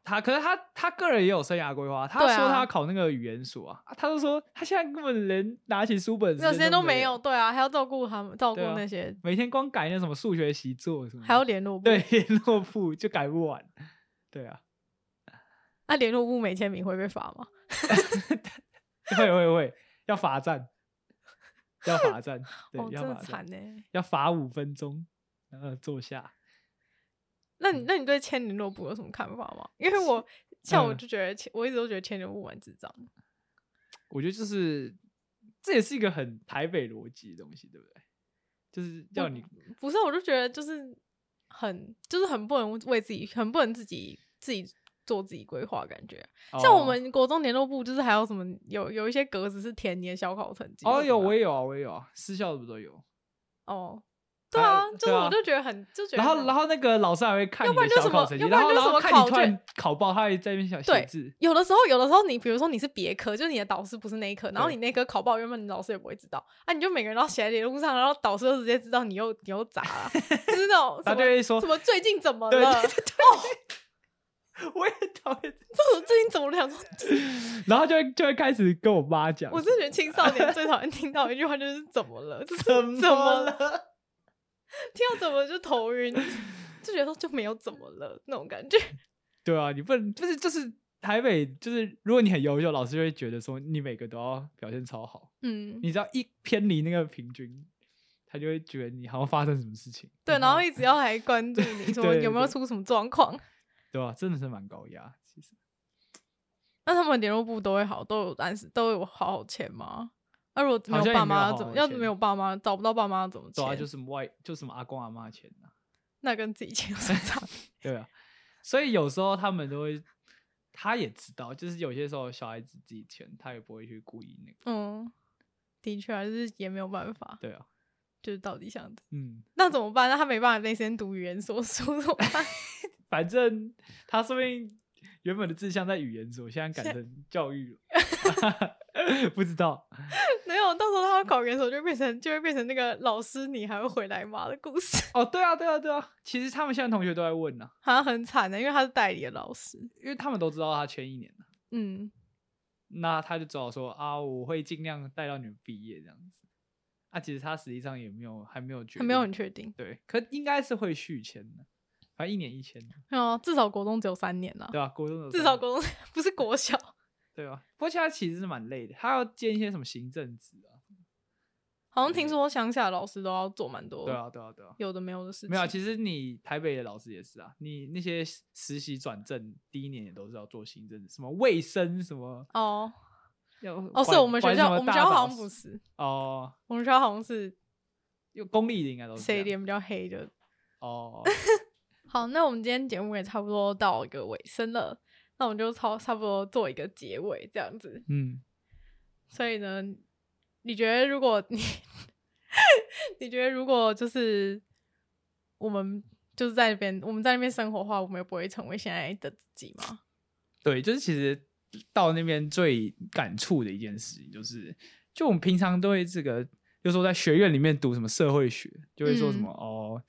他可是他他个人也有生涯规划，他对啊说他要考那个语言所啊，啊他就说他现在根本连拿起书本没有时间都都没有，，对啊，还要照顾他们，照顾对啊那些，每天光改那什么数学习作什么的，还有联络部。对 联络簿就改不完。对啊，那联络部没签名会被罚吗？会会会要罚站，要罚站，对，哦，真要的罚惨站，呢。要罚五分钟，呃，坐下。嗯那你那你对签联络部有什么看法吗？因为我像我嗯就觉得千，我一直都觉得千人勿玩智障，我觉得就是这也是一个很台北逻辑的东西，对不对？就是要你不是，我就觉得就是很就是很不能为自己，很不能自己自己做自己规划，感觉、像我哦们国中联络部，就是还有什么有有一些格子是填你的小考成绩或哦，什有么我的也有啊，我也有啊，私校的不都有？哦，对还有啊，就是对啊我就觉得很就觉得然很，后然后那个老师还会看要你不的然就小什考么成绩，要不然然后就然什后么看考你突然卷考爆，他也在那边想写对字。有的时候，有的时候你比如说你是别科，就是你的导师不是那一科，然后对你那科考不好，原本你老师也不会知道啊，你就每个人都写在联络簿上，然后导师就直接知道你又你又砸了，就是那 种他什么就会说什么最近怎么对了，哦对这我也讨 厌这，种最近怎么了？想说然后就会就会开始跟我妈讲，我真的觉得青少年最讨厌听到一句话就是怎么了，就是怎怎么么了？听到怎么就头晕，就觉得说就没有怎么了那种感觉。 对啊，你不能就是就是台北就是，如果你很优秀，老师就会觉得说你每个都要表现超好，嗯，你只要一偏离那个平均，他就会觉得你好像发生什么事情。对，你然好后像一直要来关注你说嗯 对对有没有对出什么状况。对啊，真的是蛮高压。其实那他们联络部都会好，都有按时都有好好签吗？那、如果没好像有也爸没有妈好怎么？好要是签没有爸妈，找不到爸妈怎么对签？啊，就什么外就什么阿公阿妈钱啊，那跟自己签有什么差？对啊，所以有时候他们都会，他也知道，就是有些时候小孩子自己钱，他也不会去故意那个。 嗯，的确、啊，就是也没有办法，对啊，就是到底想嗯，那怎么办？那他没办法那时间读语言所书怎么办？ 反正他说不定原本的志向在语言所，现在改成教育了， 不知道。没有，到时候他要考研所就会变成就会变成那个老师你还会回来吗的故事， 哦，对啊，对啊，对啊，其实他们现在同学都在问呢、好像很惨的，欸因为他是代理的老师。因为他们都知道他签一年了，嗯，那他就只好说啊，我会尽量带到你们毕业这样子。啊，其实他实际上也没有还没有决他定，没有很确定。对，可应该是会续签的，反正一年一签，哦，至少国中只有三年了，对啊吧、国中的至三少年国中 不是国小。对吧、不过现在其实是蛮累的，他要兼一些什么行政职啊，好像听说乡下的老师都要做蛮多，对啊，对啊，对啊，有的没有的事情。没有啊，其实你台北的老师也是啊，你那些实习转正第一年也都是要做行政，什么卫生什么哦要哦，是管我们管学什校，么我们学大校扫好像不扫是，哦，我们学校好像是有公立的应该都是哦这谁样脸比较黑的。哦，好，那我们今天节目也差不多到一个尾声了，那我们就差差不多做一个结尾这样子。嗯，所以呢，你觉得如果你 你觉得如果就是我们就是在那边我们在那边生活的话，我们也不会成为现在的自己吗？对，就是其实到那边最感触的一件事情就是，就我们平常都会这个，就说在学院里面读什么社会学，就会说什么、哦，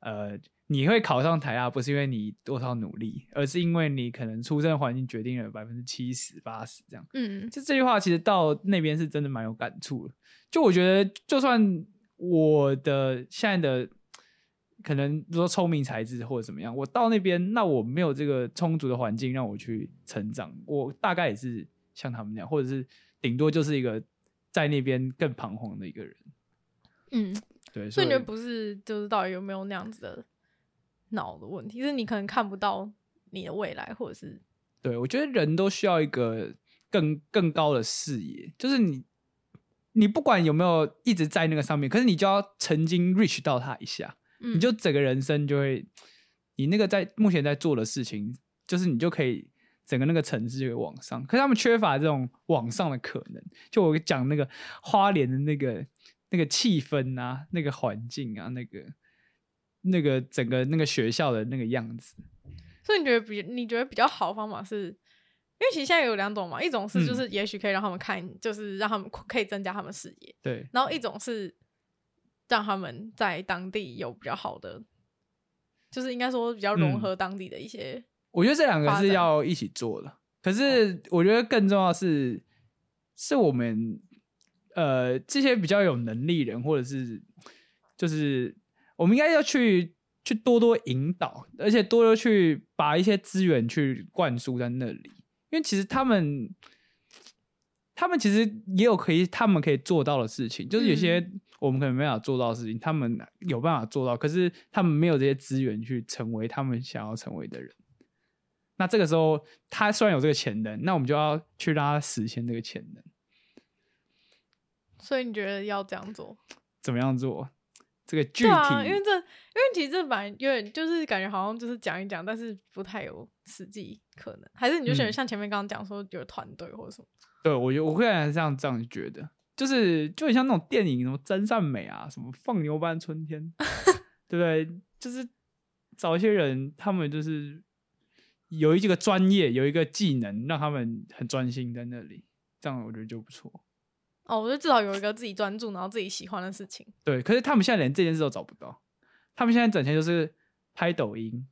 呃，你会考上台大啊不是因为你多少努力，而是因为你可能出生环境决定了百分之七十八十这样。嗯就这句话，其实到那边是真的蛮有感触的。就我觉得，就算我的现在的可能比如说聪明才智或者怎么样，我到那边，那我没有这个充足的环境让我去成长，我大概也是像他们那样，或者是顶多就是一个在那边更彷徨的一个人。嗯，对，所所以以你觉得不是就是到底有没有那样子的脑的问题，就是你可能看不到你的未来，或者是对，我觉得人都需要一个更更高的视野，就是你你不管有没有一直在那个上面，可是你就要曾经 reach 到它一下。嗯，你就整个人生就会，你那个在目前在做的事情，就是你就可以整个那个层次就会往上。可是他们缺乏这种往上的可能。就我讲那个花莲的那个那个气氛啊，那个环境啊，那个那个整个那个学校的那个样子，嗯所以你觉得比你觉得比较好的方法是，因为其实现在有两种嘛，一种是就嗯是也许可以让他们看，就是让他们可以增加他们视野，对然后一种是让他们在当地有比较好的，就是应该说比较融嗯合当地的一些，我觉得这两个发是展哦要一起做的。可是我觉得更重要的是，是我们呃这些比较有能力人，或者是就是我们应该要去去多多引导，而且多多去把一些资源去灌输在那里，因为其实他们。他们其实也有可以，他们可以做到的事情，就是有些嗯我们可能没办法做到的事情，他们有办法做到，可是他们没有这些资源去成为他们想要成为的人。那这个时候，他虽然有这个潜能，那我们就要去让他实现这个潜能。所以你觉得要这样做？怎么样做？这个具对体，啊，因为这因为其实这版有点就是感觉好像就是讲一讲，但是不太有实际可能，还是你就选嗯像前面刚刚讲说有团队或者什么，对我觉得我个人还是这样这样觉得，就是就很像那种电影，什么《真善美》啊，什么《放牛班春天》，对不对？就是找一些人，他们就是有一这个专业，有一个技能，让他们很专心在那里，这样我觉得就不错。哦，我就至少有一个自己专注，然后自己喜欢的事情。对，可是他们现在连这件事都找不到，他们现在整天就是拍抖音，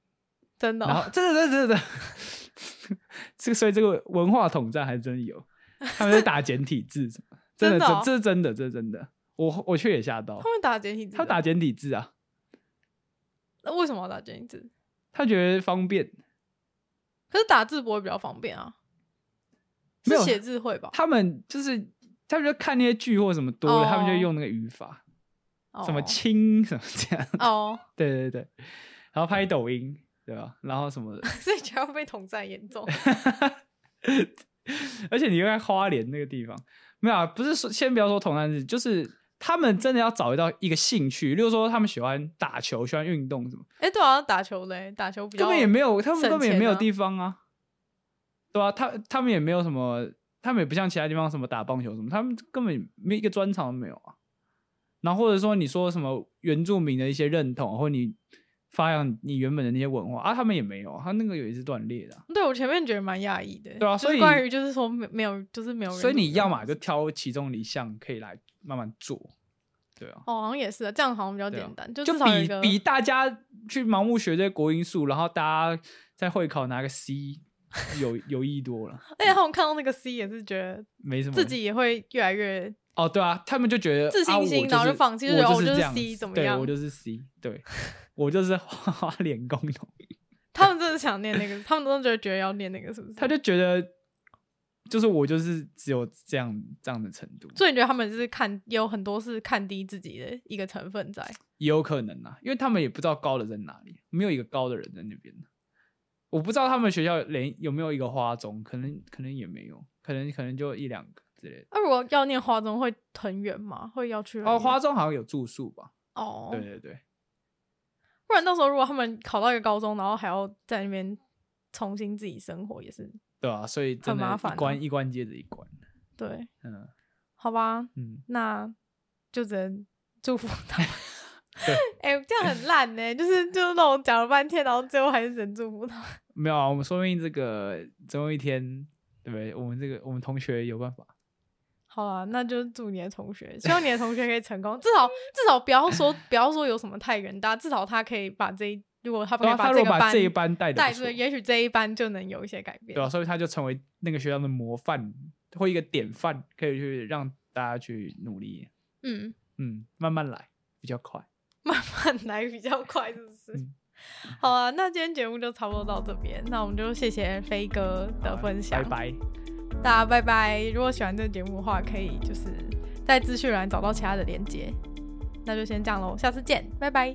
真的、然哦后，真的真的真的， 真的这个所以这个文化统战还真有，他们在打简体字什么，真的 真的哦这这是真的这是真的，我我却也吓到 他，们打简体字的，他打简体字啊，那为什么要打简体字？他觉得方便，可是打字不会比较方便啊？没是有写字会吧？他们就是他们就看那些剧或什么多了，他们就哦用那个语法，哦什么亲什么这样， 哦， 对对对，然后拍抖音对吧，然后什么的。所以觉得被统战严 重。而且你又在花莲那个地方，没有、啊，不是说先不要说同样日，就是他们真的要找到一个兴趣，例如说他们喜欢打球，喜欢运动什么，哎、对啊，打球嘞，打球比较根本也没有，他们省根本也钱没有啊地方啊，对啊，他他们也没有什么，他们也不像其他地方什么打棒球什么，他们根本没一个专长都没有啊。然后或者说你说什么原住民的一些认同，或你发扬你原本的那些文化啊，他们也没有啊，他那个也是断裂的啊、对我前面觉得蛮讶异的，对啊就是所以关于就是说没没有，就是没有人所以你要嘛嘛就挑其中一项可以来慢慢做，对啊，哦，好像也是，啊，这样好像比较对啊简单，就就至少有一比个比大家去盲目学这些国音数，然后大家在会考拿个 C 有有益多了，而且他们看到那个 C 也是觉得没什么自己也会越来越哦，对啊，他们就觉得自信啊我心就然后是就放弃就觉得我哦我是就是这样 C 子怎么对样我就是 C，对 我就是花花脸工农，他们真的想念那个，他们真的觉得觉得要念那个，是不是？他就觉得就是我就是只有这样这样的程度，所以你觉得他们是看有很多是看低自己的一个成分在？也有可能啊，因为他们也不知道高的在哪里，没有一个高的人在那边。我不知道他们学校连有没有一个花中，可能可能也没有，可能可能就一两个之类的。那、啊如果要念花中会很远吗？会要去很哦，远花中好像有住宿吧？哦，对对对，不然到时候如果他们考到一个高中，然后还要在那边重新自己生活，也是对啊，所以真很的麻一烦啊关一关接着一关。对，嗯好吧，嗯，那就只能祝福他们对。哎、这样很烂呢、就是就是那种讲了半天，然后最后还是只能祝福他们。没有啊，我们说不定这个总有一天，对不对？我们这个我们同学有办法。好啦，那就祝你的同学，希望你的同学可以成功，至少至少不要说不要说有什么太远大，至少他可以把这一如果他可对以啊，他这如个果把班这一班带的带不出错来，，也许这一班就能有一些改变。对啊，所以他就成为那个学校的模范，或一个典范，可以去让大家去努力。嗯，嗯，慢慢来比较快。慢来比较快，是不是？嗯好啊，那今天节目就差不多到这边，那我们就谢谢飞哥的分享，拜拜。大家拜拜。如果喜欢这个节目的话，可以就是在资讯栏找到其他的连接，那就先这样喽，下次见，拜拜。